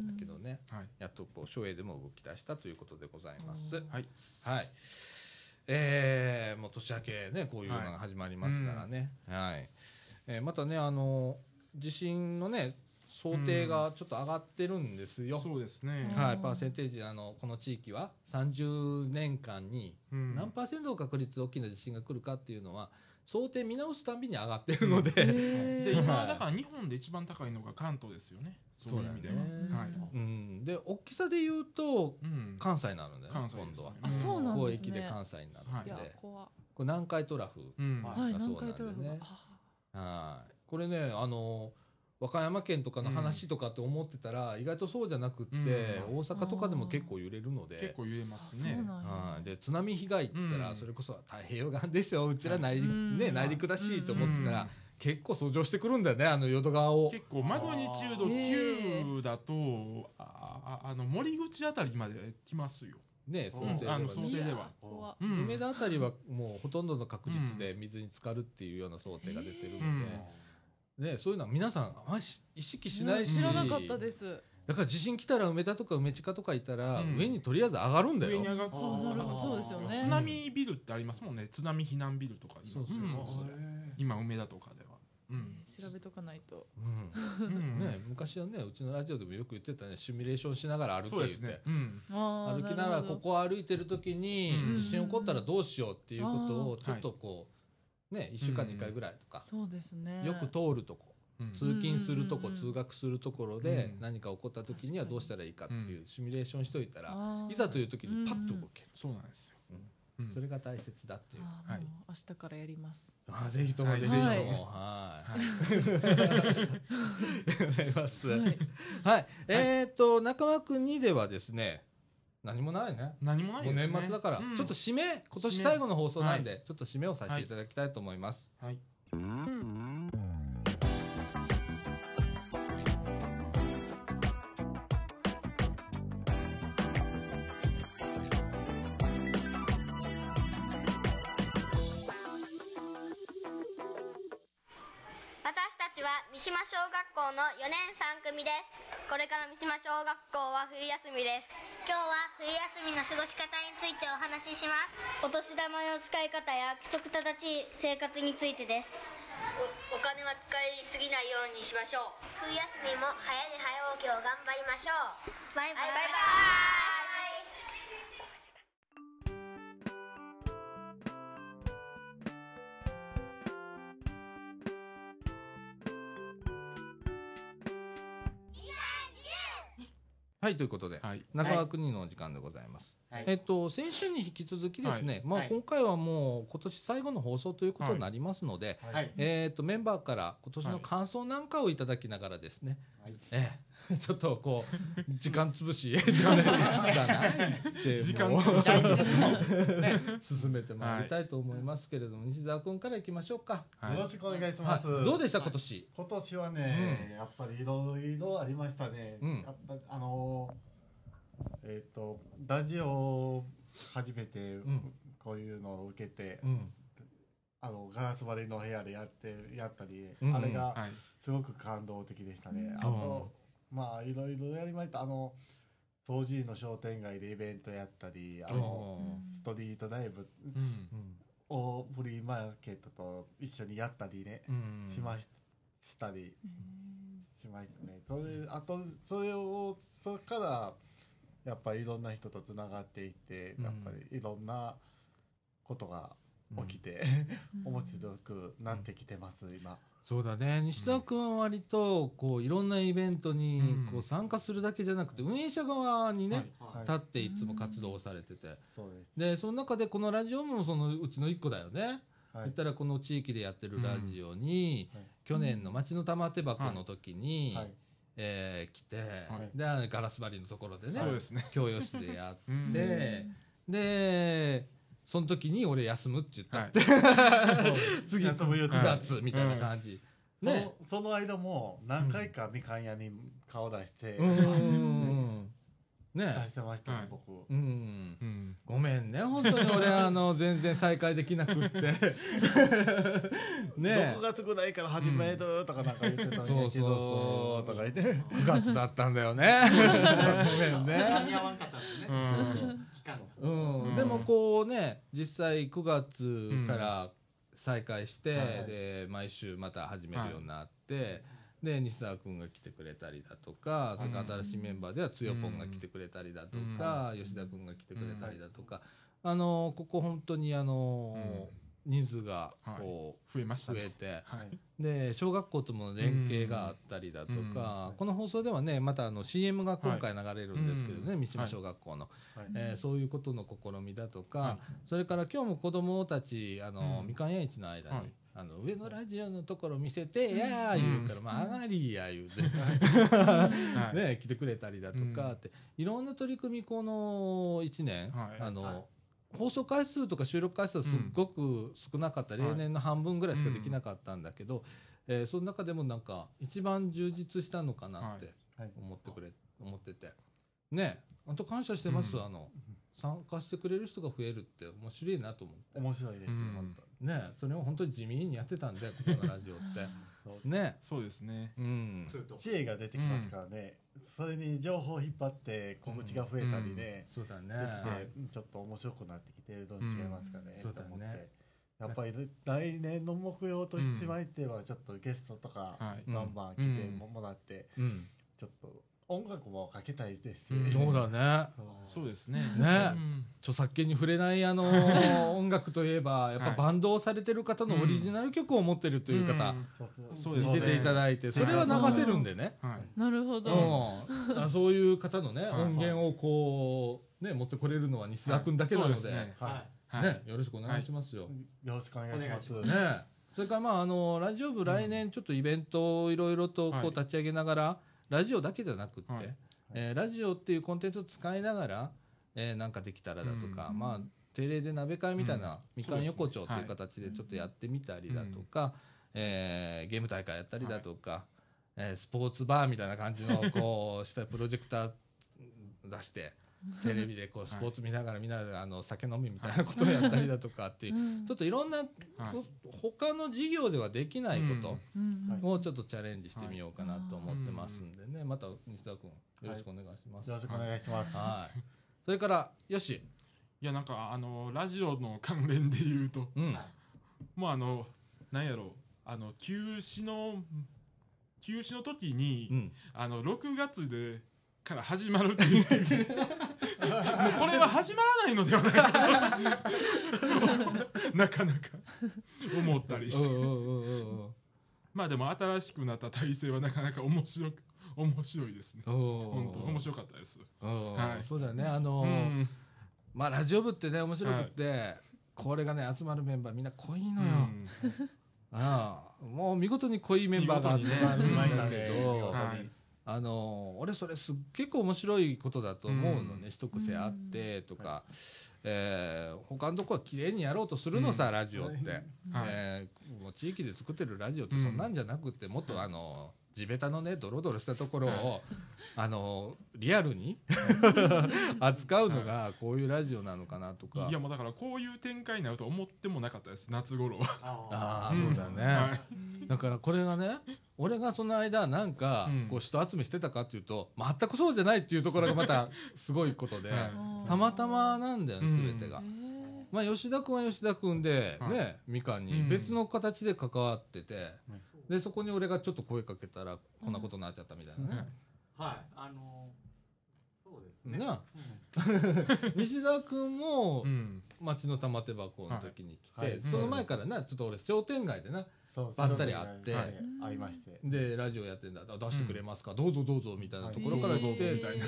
だ
うん
けどね
はい
やっとこう松栄でも動き出したということでございます。
はい
はい。えー、もう年明けね、こういうのが始まりますからね。はい。えーまたね、あの、地震のね、想定がちょっと上がってるんですよ。
そうですね
ん
はい、パーセンテージ、あの、この地域は30年間に
うん
何パーセントの確率で大きな地震が来るかっていうのは、想定見直すたんびに上がってるので、
へー
で今だから日本で一番高いのが関東ですよねそういう意味では
そうだよね
はい
うん。で、大きさで言うと、
うん
関西になるんだよね、
関西
今
です
度
ね
は。
あそうなん
広
です
域
ね
で関西になるんで。
い
は
や怖
これ南海トラフ。
うん
はい
はい
あそうな
何
ん
回
だ
取
よね
るのかあ
はい、これねあの和歌山県とかの話とかって思ってたら、意外とそうじゃなくって、
うん
大阪とかでも結構揺れるので
結構揺れま
あ
す
そう
ね
なんや
はい、で津波被害って言ったら、
うん
それこそ太平洋側でしょうちら内陸,、
うん
ね、内陸だしと思ってたら、結構遡上してくるんだよねあの淀川を。
結構マグニチュード
あー
9だとあああの森口あたりまで来ますよ、
ね
う
想
ん
定ではね
あの想定ではい
や怖っ
うん
梅田あたりはもうほとんどの確率で水に浸かるっていうような想定が出てるので、ね、そういうのは皆さんあんまし意識しないし
知らなかったです
だから地震来たら梅田とか梅地下とかいたら、
うん
上にとりあえず上がるんだよ。
上に上がっ
あーなるほどそうですよね
津波ビルってありますもんね津波避難ビルとか今
そうそうそ
ん今梅田とかでは、 うん
調べとかないと
うん
うん
ね、昔はねうちのラジオでもよく言ってたねシミュレーションしながら歩け
そう
言
で
って、
すね、うん
あー
歩きながら
るほど
ここを歩いてる時に
うん
地震起こったらどうしようっていうことを
ん
ちょっとこう、ね1週間に1回ぐらいとか、
そうですね
よく通るとこ
うん
通勤するとこ、
うんうんうん
通学するところで
うん
何か起こった時にはどうしたらいいかっていううシミュレーションしといたら、
あー
いざという時にパッと動ける、
そうなんですよ、うん
それが大切だっていう、
あー
はい
もう明日からやります
あーぜひとも
はい
ぜひとも
はい
はい
はい
ございます
は
はい、
い
えーっと中川区2ではですね何もないね
何もない
もう
ですね
年末だから、
うん
ちょっと締め今年最後の放送なんで、ちょっと締めをさせていただきたいと思います、
はい
は三島小学校の4年3組ですこれから三島小学校は冬休みです今日は冬休みの過ごし方についてお話ししますお年玉の使い方や規則正しい生活についてです
お金は使いすぎないようにしましょう
冬休みも早寝早起きを頑張りましょうバイバイバイバイ
はい、ということで、
はい
中川国のお時間でございます。
はい
えっと、先週に引き続きですね、まあ、
はい
今回はもう今年最後の放送ということになりますので、
はい
えっと、メンバーから今年の感想なんかをいただきながらですね、
はい
ええ、 ちょっとこう、時間潰し、じゃない、じゃないって
時間
もう
潰し
進めてまいりたいと思いますけれども、西澤君からいきましょうか。
はい
よろしくお願いし
は
ま
い
す。
どうでした、今年。
今年はね、やっぱりいろいろありましたね。
うん
やっぱあのーえっ、とラジオを初めて、
ん
こういうのを受けて、
うん。
あのガラス張りの部屋でやってやったり、
うん
あれが
はい
すごく感動的でしたね。あ
うん
とまあいろいろやりました。あの当時の商店街でイベントやったり、あのストリートライブ
うん
うん
をフリーマーケットと一緒にやったりね、
うん
しましたり。しましたね。それあとそれをそれからやっぱりいろんな人とつながっていって、
うん
やっぱりいろんなことが起きて、面白くなってきてます、今。
そうだね西田君は割とこういろんなイベントに
うん
こう参加するだけじゃなくて運営者側にね、
はい
立っていつも活動をされてて、
そうです。
でその中でこのラジオもそのうちの一個だよね、
は
言
い
っ。たらこの地域でやってるラジオに、
うんはい
去年の町の玉手箱の時に、
はい。
えー来て、でガラス張りのところでね
そうですね
教養室でやって、
うん
でその時に俺休むって言った
は
っ
い
て、次
遊ぶよ
はい
夏みたいな感じ、
そ
ね
のその間も何回かみかん屋に顔出して、
う
出
んね
してましたね、
はい
僕。
うん
うん
ごめんね本当に俺あの全然再会できなくってね
6月ぐらいから始めるとかなんか言ってたんだけど、
うんそうそうそう
とか言って。
9月だったんだよねごめん
間
ね
に合わんかったんですね、期間が
うん、
うん
でもこうね実際9月から再開して、
はい
で毎週また始めるようになって、で西澤君が来てくれたりだとか、それから新しいメンバーではつよぽんが来てくれたりだとか、吉田君が来てくれたりだとか、あのここ本当にあの、人数がこ
増えまし
う
た
増え
ね
て、
はい
で小学校とも連携があったりだとか、この放送ではねまたあの CM が今回流れるんですけどね、
はい
三島小学校の、
はい
えーそういうことの試みだとか、
は
それから今日も子供たちあの、
うん
みかん屋市の間に、
はい
あの上のラジオのところ見せてやー言うから、まあ上がりや言うて、
はい
ね、来てくれたりだとかって、いろんな取り組みこの1年、
はい
あの、放送回数とか収録回数はすっごく少なかった、
はい
例年の半分ぐらいしかできなかったんだけど、えーその中でもなんか一番充実したのかなって
はい
思ってくれ、思っててね本当感謝してます、
うん
あの参加してくれる人が増えるって面白いなと思って
面白いです、
うん
本当
ねそれを本当に地味にやってたんでここのラジオって
そう
ね
そうですね
うん
ツーと
知恵が出てきますからね、それに情報を引っ張って小口が増えたりね、
そうだね
できて、うんちょっと面白くなってきてるのに違いますかね、
うん
と思っ
そう
て、
だね
やっぱり来年の目標としましてはちょっとゲストとか
はい
バンバン来ても,、らって
うん、
ちょっと音楽もかけたいですし、
うん
そうだね
そう
そうですね
ね
うん
著作権に触れないあの 音楽といえばやっぱ
はい
バンドをされてる方のオリジナル曲を持ってるという方
ん
そうそ
そ
う
う
見
ですね
せていただいてそれは流せるんでね
はい
なるほ
う
ど。
んあそういう方のね
い
音源をこうね持ってこれるのは西田君だけなの
そ
で
う
す
ね
はい
はい
ねよろしくお願いしますよ。
よろしくお願いします
お
ねそれからまああのラジオ部来年ちょっとイベントをいろいろとこ
は
う
い
立ち上げながらラジオだけじゃなくって
はい
えーラジオっていうコンテンツを使いながらえーなんかできたらだとか
うん
まあ定例で鍋会みたいな
うん
みかん横
そ
丁
うです
と
ね
いう形でちょっとやってみたりだとかえーゲーム大会やったりだとか えースポーツバーみたいな感じのこうしたプロジェクター出してテレビでこうスポーツ見ながらみんなであの酒飲みみたいなことをやったりだとかっていうう。
ん
ちょっといろんな、
はい
こ他の事業ではできないこ
うん
はい
とをちょっとチャレンジしてみようかなと思ってますんでね、また西田君よろしくお願いします。
よろしくお願いします。
はい。それから、よし。
いやなんかあのラジオの関連で言うと
うん。
もうあのなんやろうあの休止の休止の時に、
うん。
あの6月でから始まるって言っててもうこれは始まらないのではないかとなかなか思ったりして、 まあでも新しくなった体制はなかなか面白く面白いですね本
本
当面白かったです、はい
そうだよね。あの
う
ー、
ん、
まあ、ラジオ部ってね、面白くって、これがね、集まるメンバーみんな濃いのよ。ああ、もう見事に濃いメンバーが集まる
うんまい
だ
だ
け
ね
ど、
はい
あの俺それすっ結構面白いことだと思うのね、
う
一癖あってとか、えー他のとこは綺麗にやろうとするのさ、ラジオって、
はい
えーもう地域で作ってるラジオってそんなんじゃなくて、もっとあの地べたのねドロドロしたところをあのリアル に扱うのがこういうラジオなのかなとか
いやもうだからこういう展開になると思ってもなかったです夏頃は、
あ
あ
あそうだね、
はい
だからこれがね俺がその間なんか
うん
こう人集めしてたかっていうと全くそうじゃないっていうところがまたすごいことで、たまたまなんだよね
うん
全てが。
えー
まあ、吉田君は吉田君で、
はい
ねみかん
う
に
ん
別の形で関わってて、でそこに俺がちょっと声かけたらこんなことになっちゃったみたいなね。
あはいあのそうですね
な
うん
西田君も
うん
町の玉手箱の時に来て、
はいはい
その前からなちょっと俺商店街でな
そう
ばったり会って
はい会いまして。
でラジオやってんだあ出してくれますか、どうぞどうぞみたいなところから来て、
えー
みたいな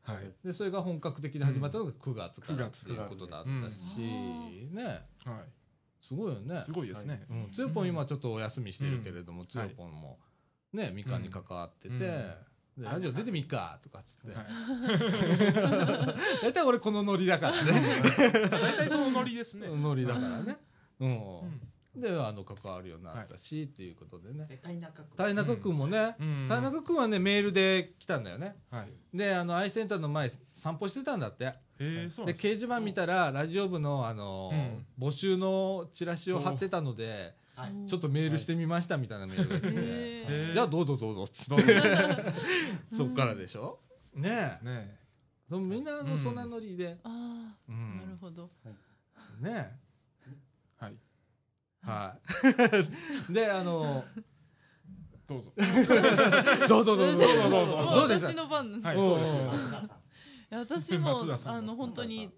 はい
でそれが本格的に始まったのが9月から
うん
っていうことだったし、ね
は
すごいよね
い、すごいですね、
うん、つよぽん今ちょっとお休みしてるけれども、つよぽんもねみかんに関わってて、
うん
でラジオ出てみっかとかっつって、
はい
大体俺このノリだからね
大体そのノリですね、
ノリだからね、うん
うん
であの関わるようになったし、っていうことでね
え田中君
田中君もね、
うん
田中君はねメールで来たんだよね
はい
であのアイセンターの前散歩してたんだって
えー、そう
で
なんです
掲示板見たらラジオ部の、あのー募集のチラシを貼ってたので
はい
ちょっとメールしてみましたみたいなメールが来て、
へ
ー
はいじゃあどうぞどうぞっつ
ど
っ
う
て
ぞ
そっからでしょねえ
ね
でもみんなあのそんなノリで、
あ
う
あ、なる
ん
ほど。
ね
はい
えはいであの
どうぞ
どうぞどうぞどうぞどう
も
ぞ
う
どうで
私
す
のファンなんで
は
す
い
よ
そうです
うん
いや私も
松田さん
あの本当に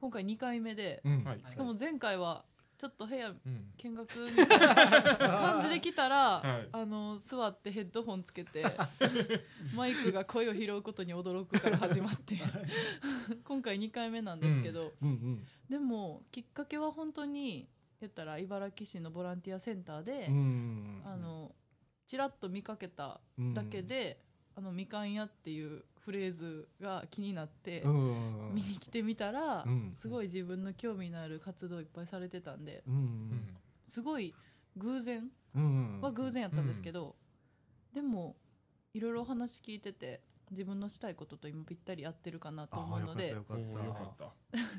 今回2回目で
うん
はい
しかも前回はちょっと部屋
うん
見学みたいな感じで来 たら、
はい
あの座ってヘッドホンつけて マイクが声を拾うことに驚くから始まって 今回2回目なんですけど、
うんうん
でもきっかけは本当に言ったら茨城市のボランティアセンターで、
うん
あのちらっと見かけた
うん
だけで「あのみかん屋」っていうフレーズが気になって、
うんうん
見に来てみたら、
うん
すごい自分の興味のある活動いっぱいされてたんで
うんうん
すごい偶然
うん
は偶然やったんですけど、でもいろいろお話聞いてて自分のしたいことと今ぴったり合ってるかなと思うので
あよか
お
った
ー
よ
よ
か
か
っ
った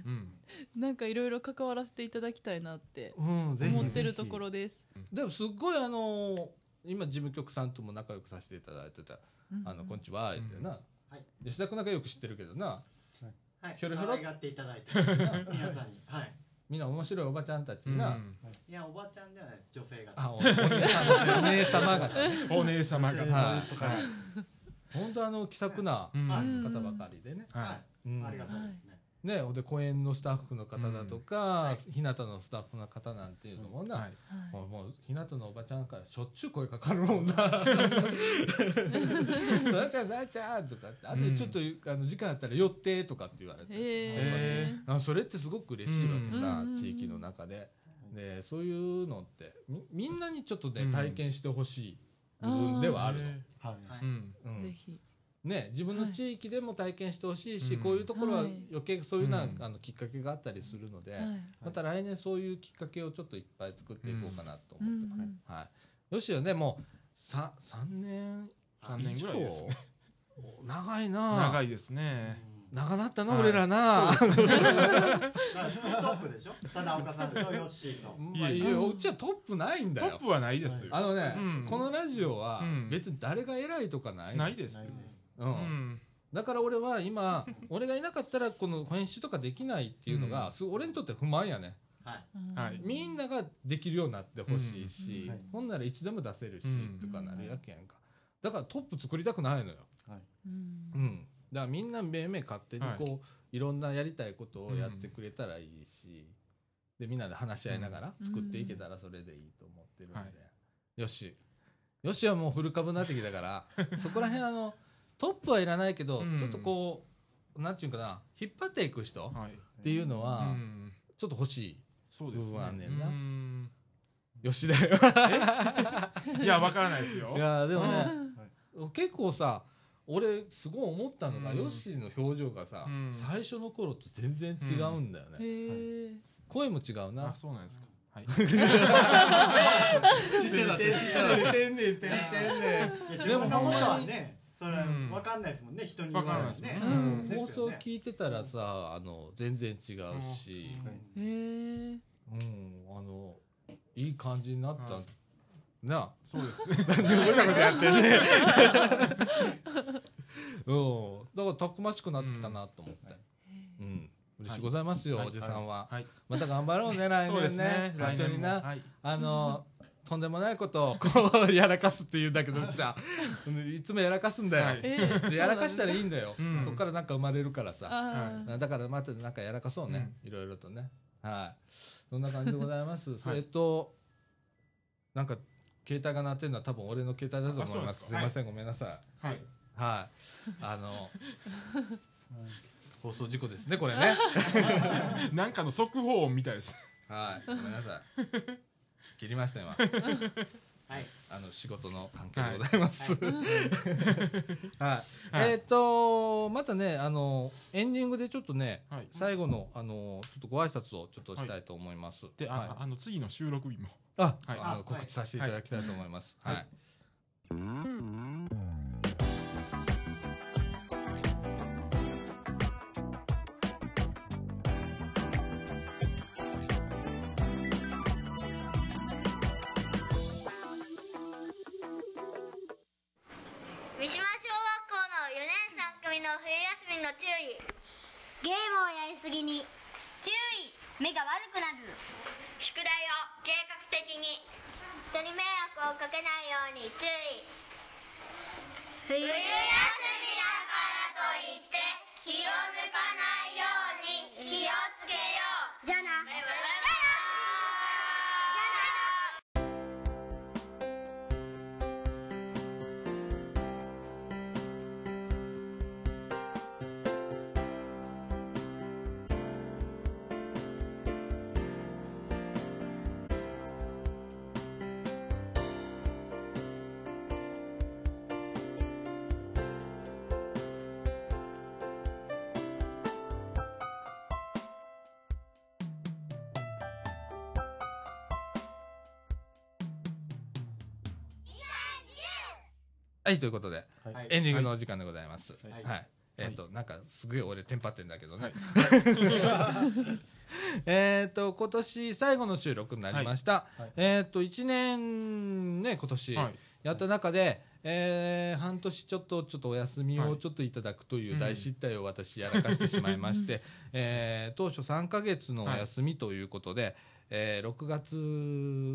うん
なんかいろいろ関わらせていただきたいなって
たうんぜひ
思ってるところです。
でもすっごいあのー今事務局さんとも仲良くさせていただいてた「あのこんにちは」言ってな、
はい
吉田君なんかよく知ってるけどな
はい
ひょろひょろ
可愛がっていただいて皆さんにはい
みんな面白いおばちゃんたち
うん
な、
いやおばちゃんではないです女性が
あおお姉さんお姉様が
お姉様が
はい
とか
本当あの気さくな
うん
はい
方ばかりでね,、
は
はい
う
いありが
ん、
たいですね
ねほんで公園のスタッフの方だとか、
うん
日向のスタッフの方なんていうのもな、
はい
もうもう日向のおばちゃんからしょっちゅう声かかるもんな。なんかさあちゃんとかって、あとでちょっと、あの時間あったら寄ってとかって言われて。
へー
あそれってすごく嬉しいわけさ、
うん
地域の中で。でそういうのってみみんなにちょっとね、
うん
体験してほしい部分ではあるの、
はい。
はい
うん
うん
ぜひ
ね、自分の地域でも体験してほしいし、
うん
こういうところは
はい
余計そういうな、
うん
あのきっかけがあったりするので、
はい
また来年そういうきっかけをちょっといっぱい作っていこうかなと思ってま
う
す。
んうん
はい。よしよね、もう、さ、三年
3
以
年ぐらいです
上長いな
長
い。
いですね
うん
長なったな、
はい
俺らな。
からツートップでしょ貞岡さんとヨッシーと
まあ、いやうちはトップないん
ト
だ
ッ
よ
プ。はないですよ
あのね、
うん
このラジオは
うん
別に誰が偉いとかない。
ないです
ない
よ
です
うん
うん
だから俺は今、俺がいなかったらこの編集とかできないっていうのが、
うん
すごい俺にとって不満やね。
はい
はい
みんなができるようになってほしいし、
うん
はい
ほんならいつでも出せるし、
うん
とかなるやけんか。だからトップ作りたくないのよ。
うん
うん、だからみんなめいめい勝手に
はい
こう、い、ろんなやりたいことをやってくれたらいいし、でみんなで話し合いながら
うん
作っていけたらそれでいいと思ってるんで、
はい
よしよしはもう古株になってきたから そこら辺あのトップはいらないけど、
うん
ちょっとこうなんていうかな引っ張っていく人っ
はい
ていうのは、
うん
ちょっと欲しい。
そうです
うわね
ね
んな
うん
よしだよ
いやわからないですよ
いやでもね、結構さ俺すごい思ったのが、
うん
ヨッシーの表情がさ、
うん
最初の頃と全然違うんだよね、
へえ
声も違うな
あそうなんですかはい
ちっちゃなって
てんねんてんね
自分のことはねそれ
うん
わかんないですもんね人に
わ
言
か
わ
らない
ないで
で
すす
もん
ね
ね
ん
うん
放送
ですよね
聞いてたらさあの全然違うし、
へえ
うん、あのいい感じになった、
うん
な
そうです
あ無茶ことやってねうんだからたくましくなってきたなと思って、うん嬉しいございますよ、
はい
おじさんは、
はい
また頑張ろう ね来
そうで
年
す
ね
ね来
一緒
年も
にな、
はい
あ のとんでもないことをこうやらかすっていうんだけどうちら いつもやらかすんだよ、
はい
ええ
でやらかしたらいいんだ よ、
うん
そっからなんか生まれるからさ
あー
だからまたなんかやらかそうね、いろいろとねはいそんな感じでございます それと、なんか携帯が鳴ってるのは多分俺の携帯だと思います
あ
す
そう
いま
ですか
せん、ごめんなさい
はい
はいあ の放送事故ですねこれね
なんかの速報音みたいです
はいごめんなさい切りました今
はい
あの仕事の関係でございます。はい。
はい
えっ、とまたねあのエンディングでちょっとね
はい
最後のあのちょっとご挨拶をちょっとしたいと思います。
で
はい
ああの次の収録日も
あ、
はい
あの
あ
告知させていただきたいと思います。はい。
三島小学校の4年3組の冬休みの注意ゲームをやりすぎに注意目が悪くなる宿題を計画的に人に迷惑をかけないように注意冬休みだからといって気を抜かないように気をつけようじゃなじゃな
はいということで
はい
エンディングのお時間でございます。は。
はいい
えっ、と、なんかすごい俺テンパってんだけどね。
はい
えっと今年最後の収録になりました。
はいはい
えっ、と一年ね今年。
はい
やった中で、えー半年ちょっとちょっとお休み
は
を
い
ちょっといただくといううん大失態を私やらかしてしまいまして、えー当初3か月のお休みということで、えー6月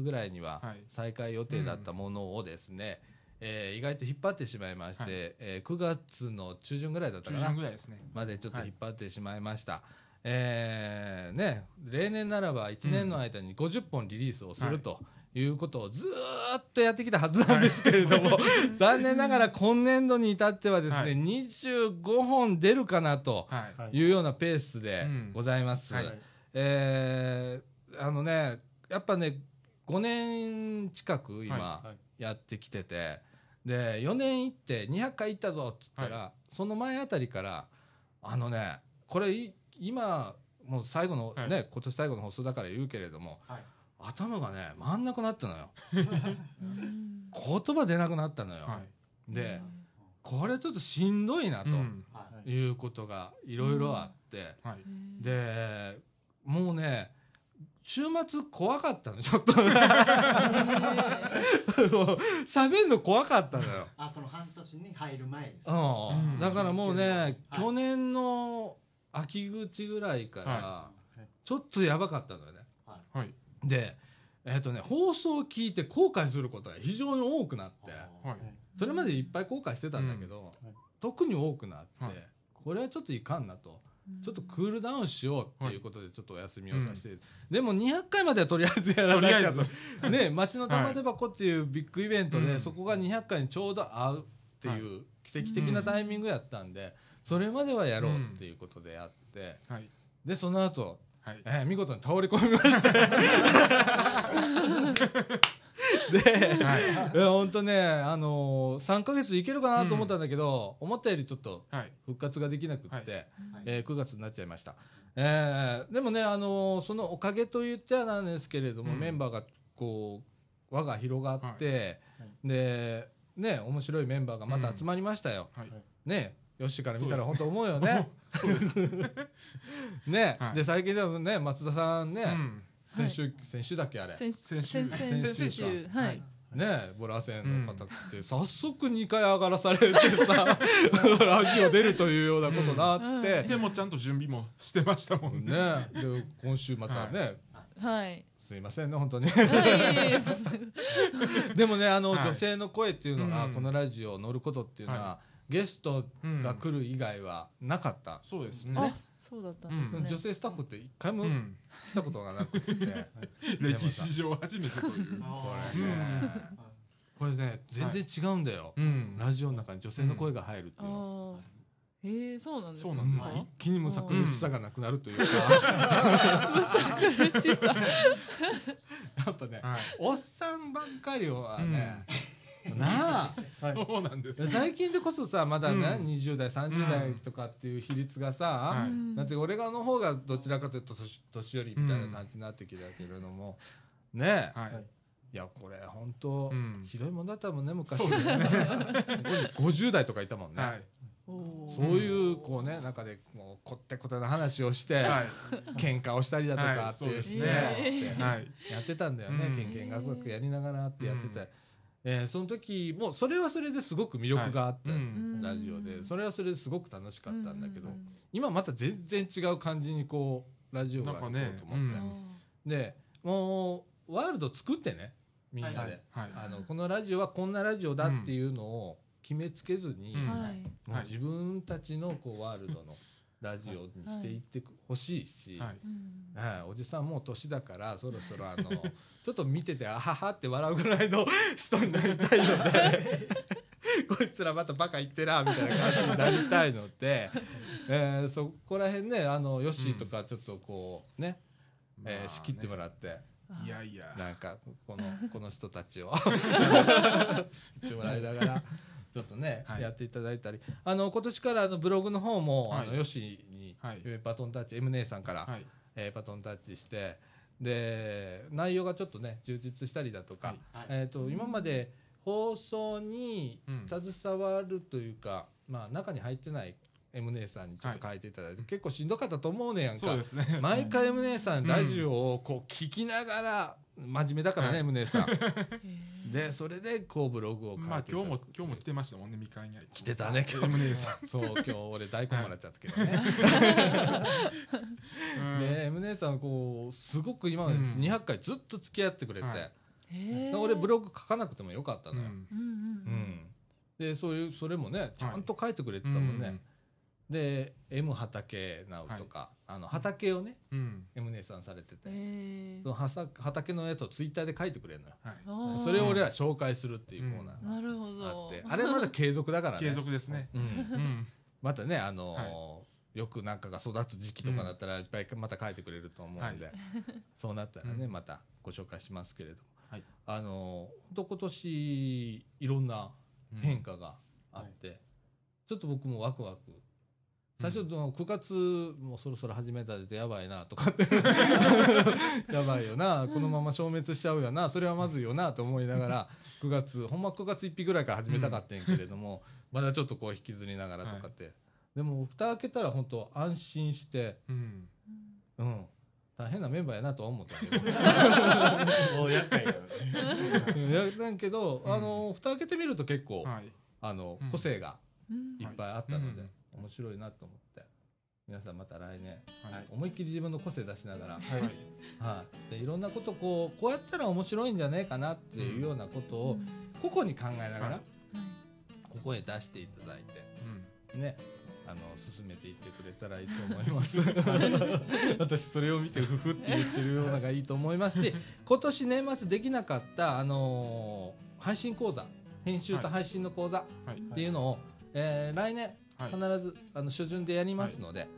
ぐらいには
はい
再開予定だったものをですね、えー意外と引っ張ってしまいまして、
はい
えー9月の中旬ぐらいだった
中
かな
旬ぐらいですね
までちょっと引っ張ってしまいました。えーね、例年ならば1年の間に50本リリースをするということをずーっとやってきたはずなんですけれども、 残念ながら今年度に至ってはですね、
はい
25本出るかなと
はい
はい
いうようなペースで
うん
ございます。
はい
えーあのね、やっぱね、5年近く今
はい
やってきてて、で、4年行って200回行ったぞっつったら、その前あたりから、あのね、これい今、もう最後の、
はい
ね、今年最後の放送だから言うけれども、
はい
頭がね、回んなくなったのよ。
うん
言葉出なくなったのよ。
は
で、これちょっとしんどいなと。
いうん
はい
いうことがいろいろあって、
はい。
でもうね週末怖かったのちょっと 喋るの怖かったのよ、
あその半年に入る前です
うん
うん
だからもうね、
はい
去年の秋口ぐらいから、
は
ちょっとやばかったのよね
はい。
でえっ、とね放送を聞いて後悔することが非常に多くなって
はい
それまでいっぱい後悔してたんだけど、
うんはい
特に多くなって、
はい
これはちょっといかんなと。ちょっとクールダウンしようっていうことでちょっとお休みをさせて、でも200回まではとりあえずやら
と
な
り
き
あえ
ゃ
ず
と、 ね、町の玉手箱っていうビッグイベントで、
うん
そこが200回にちょうど合うっていう奇跡的なタイミングやったんで、それまではやろうっていうことでやって、
はい。
でその後、
はい。
えー見事に倒れ込みましてで
はい。
いや本当ね、あのー、3か月いけるかなと思ったんだけど、思ったよりちょっと
はい。
復活ができなくって、
はい
えー9月になっちゃいました、えーでもね、あのーそのおかげと言ってはなんですけれども、
うん
メンバーがこう輪が広がって、でね面白いメンバーがまた集まりましたよ、
はい。
ねヨッシーから見たら
そ
本当思うよね
そうです。
ね、
はい
で最近でもね松田さんね、
うん。
先週、先週だっけあれ
先
先週
先先
先
先
週
週
か
はい。
ねボラ戦の方来て、早速2回上がらされてさ ラジオ出るというようなことがあって、
でもちゃんと準備もしてましたもんね。
ね、で今週またね、
はい。
すいませんね本当 に
はいいやいやいや。そうそう
でもねあの、
はい
女性の声っていうのが、
うん
このラジオ乗ることっていうのは、
は
ゲスト
うん
が来る以外はなかった、
そうです
あ
ね。、
そうだったんです
そ
そ
の
ね
女。性スタッフって一回も
う
来
ん。
たことがなく て、
歴史上初めてという。
こ
あ
れ
う
ね
ん、
これね全然違うんだよ、
うん。
ラジオの中に女性の声が入るっていうのは、
ああ。ええそうなんです
そう
ね
なんです
一気にむさ苦しさがなくなるというか、
苦しさ。
やっぱね
はい。
おっさんばっかりはね、 なあ
そうなんで す。
最近でこそさまだね、
うん
20代30代とかっていう比率がさ、
はい
うん
だって俺がの方がどちらかというと年年寄りみたいな感じになってきたけれども、ねえ
はい。
いやこれ本当、
うん
ひどいもんだったもんね昔
そうです ね。
50代とかいたもんね、
はい。
おー
そういうこうね中でもうこってこての話をして、
は
喧嘩をしたりだと
は
か
い
って
そう
いう
で
ね
す
ね
って
い。はい。
やってたんだよね、
うん
けんけんがくがくやりながらってやってて、
うん
えーその時もうそれはそれですごく魅力があって、
はいう
うんん
ラジオでそれはそれですごく楽しかったんだけど、
ううん
今また全然違う感じにこうラジオが
な
行
ん
こ
か
う
ね
と思って、
あ
うん
でもうワールド作ってねみんなで、
はい
はい。
あのこのラジオはこんなラジオだっていうのを決めつけずに、
うん
ー
も
はい。
う自分たちのこうワールドのラジオにしていってほしいし、
はい。
うん
はい、おじさんもう年だからそろそろあ のちょっと見ててあははって笑うぐらいの人になりたいので こいつらまたバカ言ってなみたいな感じになりたいの で、えーそこら辺ねあのヨッシーとかちょっとこうね、えー仕切っても
ら
らって、
いやいや。
なんかこ のこの人たちを仕切ってもらいながら。ちょっとね、
はい
やっていただいたり、あの今年からあのブログの方も、あの
はい
ヨッシーに、
はい
えーバトンタッチ M 姉さんから、
はい。
えーバトンタッチしてで内容がちょっとね充実したりだとか、
はい
はい
えー、と今まで放送に
うん
携わるというか、まあ、中に入ってない M 姉さんにちょっと書いていただいて、結構しんどかったと思うねやん
そう
か
で。すね。
毎回 M 姉さん
うん
ラジオをこう聞きながら真面目だからね、
はい
M 姉 さん
へ
でそれでこうブログを書いて
まあ今日も今日も
来
来
て
てましたもんね、みかんに。
来てたね今日
M 姉さ
そう今日俺大根もらっちゃったけどね、
ん。うん
で M 姉さんこうすごく今まで
うん
200回ずっと付き合ってくれて、
はい
え
だから俺ブログ書かなくてもよかった
う
のよ、
ん
うん
うん
うん
でそういうそれもねちゃんと書いてくれてたもんね、。で M 畑直とか、あの畑をね
うん。
M 姉さんされてて、
うん。え
そのはさ畑のやつをツイッターで書いてくれるのよ
はい。
ー
それを俺ら紹介するっていうコーナー
なるほ
があっ
ど
て、。あれまだ継続だからね
継続ですね。
うん
うん。
またねあのー
は
よくなんかが育つ時期とかだったらいっぱいまた書いてくれると思うんで、
は
そうなったらね、
うん
またご紹介しますけれども、
はい
あのーほんと今年いろんな変化があって、ちょっと僕もワクワク最初の9月もうそろそろ始めたでやばいなとかって やばいよなこのまま消滅しちゃうよなそれはまずいよなと思いなが ら9月ほんま9月1日ぐらいから始めたかったんやけれども、まだちょっとこう引きずりながらとかってでも蓋開けたら本当安心して、
うん
うん、大変なメンバーやなとは思ったけ ど
もう厄介だよね。
いやだけど、
うん
あの蓋開けてみると結構、
はい
あの
うん
個性が
うん
いっぱいあったので、
はい
面白いなと思って皆さんまた来年
はい
思いっきり自分の個性出しながら、
はい。
はい、でいろんなことこうこうやったら面白いんじゃねえかなっていうようなことを、
うん
個々に考えながら、
はい
ここへ出していただいて。
うん
ね、あの進めていってくれたらいいと思います。私それを見てふふって言ってるようなのがいいと思いますし、今年年末できなかったあのー配信講座、編集と配信の講座
はい
っていうのを、えー来年
はい
必ず、あの初旬でやりますので、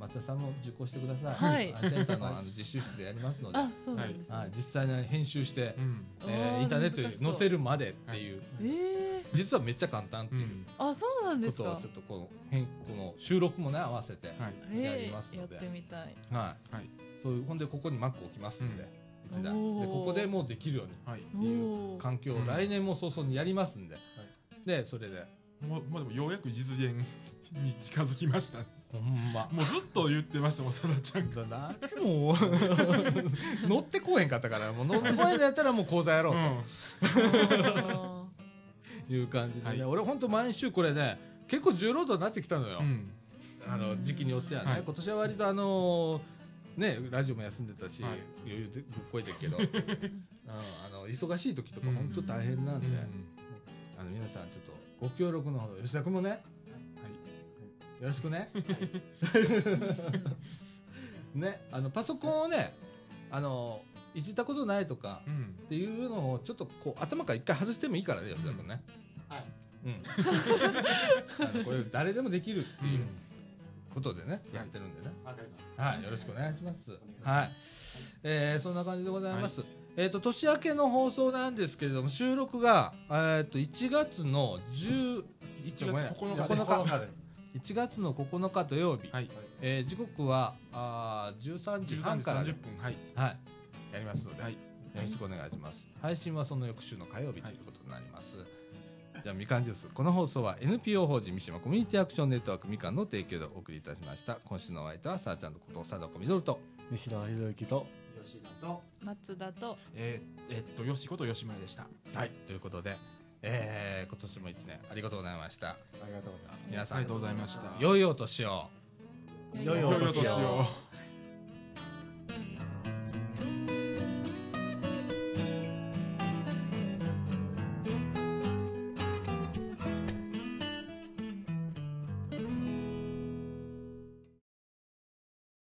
松田さんも受講してください。
は
アイセンターのあの実習室でやりますので、
あそうなんですね、
はい実際に編集して、
うん
えーインターネットに載せ
る
るまでっていう、
えー、
実はめっちゃ簡単って
う
いう。
ん
あそうなんで
こ
す
とを
か
ちょっとこの変この収録もね合わせて、
はい
や
え
ります
ー、や
の
っ
で
てみ たい
はい
はい
そういうほんでここにマック置きますんで、
うん
一台
おー
でここでもうできるように
はい
ってい
お
う
ー
環境を
うん
来年も早々にやりますんで、でそれで
もうまあでもようやく実現に近づきました
ほんま
もうずっと言ってましたもんさだちゃんが
誰も乗ってこうへんかったからもう乗ってこうへんのやったらもう講座やろう
うん
あ
という感じでね、
はい
俺ほんと毎週これね結構重労働になってきたのよ、
うん
あの時期によってはね、
はい
今年は割とあのねラジオも休んでたし、
はい
余裕でぶっこいてるけ どうんあの忙しい時とか本当大変なんで、あの皆さんちょっとご協力のほど吉田君もね、よろしく ね、 ねあのパソコンをねあのいじったことないとか
うんうん
っていうのをちょっとこう頭から一回外してもいいからね吉田君ね、
はい
うん、 あのこれ誰でもできるっていうことでね、
い
やってるんでね
わかります
はい、よろしくお願いします。
お願いします
はい、えーそんな感じでございます。えっ、と年明けの放送なんですけれども収録がえっ、と1月の10
1月
ごめん
9日
こ
です
の中です。
1月の9日土曜日、
はい
えー時刻はあー13時
13
半
時
からで
30分はい
はいやりますので、
はい
よろしくお願いします。配信はその翌週の火曜日と
はいいう
ことになります。じゃあみかんジュースこの放送は NPO 法人三島コミュニティアクションネットワークみかんの提供でお送りいたしました今週のお相手はさあちゃんのことさだこみどると
西野博之と。
吉田と
ー松田と
えーえっとよしこと吉村でした
はい、ということで、えー今年も一年ありがとうございました。
ありがとうございます。
皆さ
あり
ん
がと、うございました
良いお年を。
良いお年
良いお
を
年を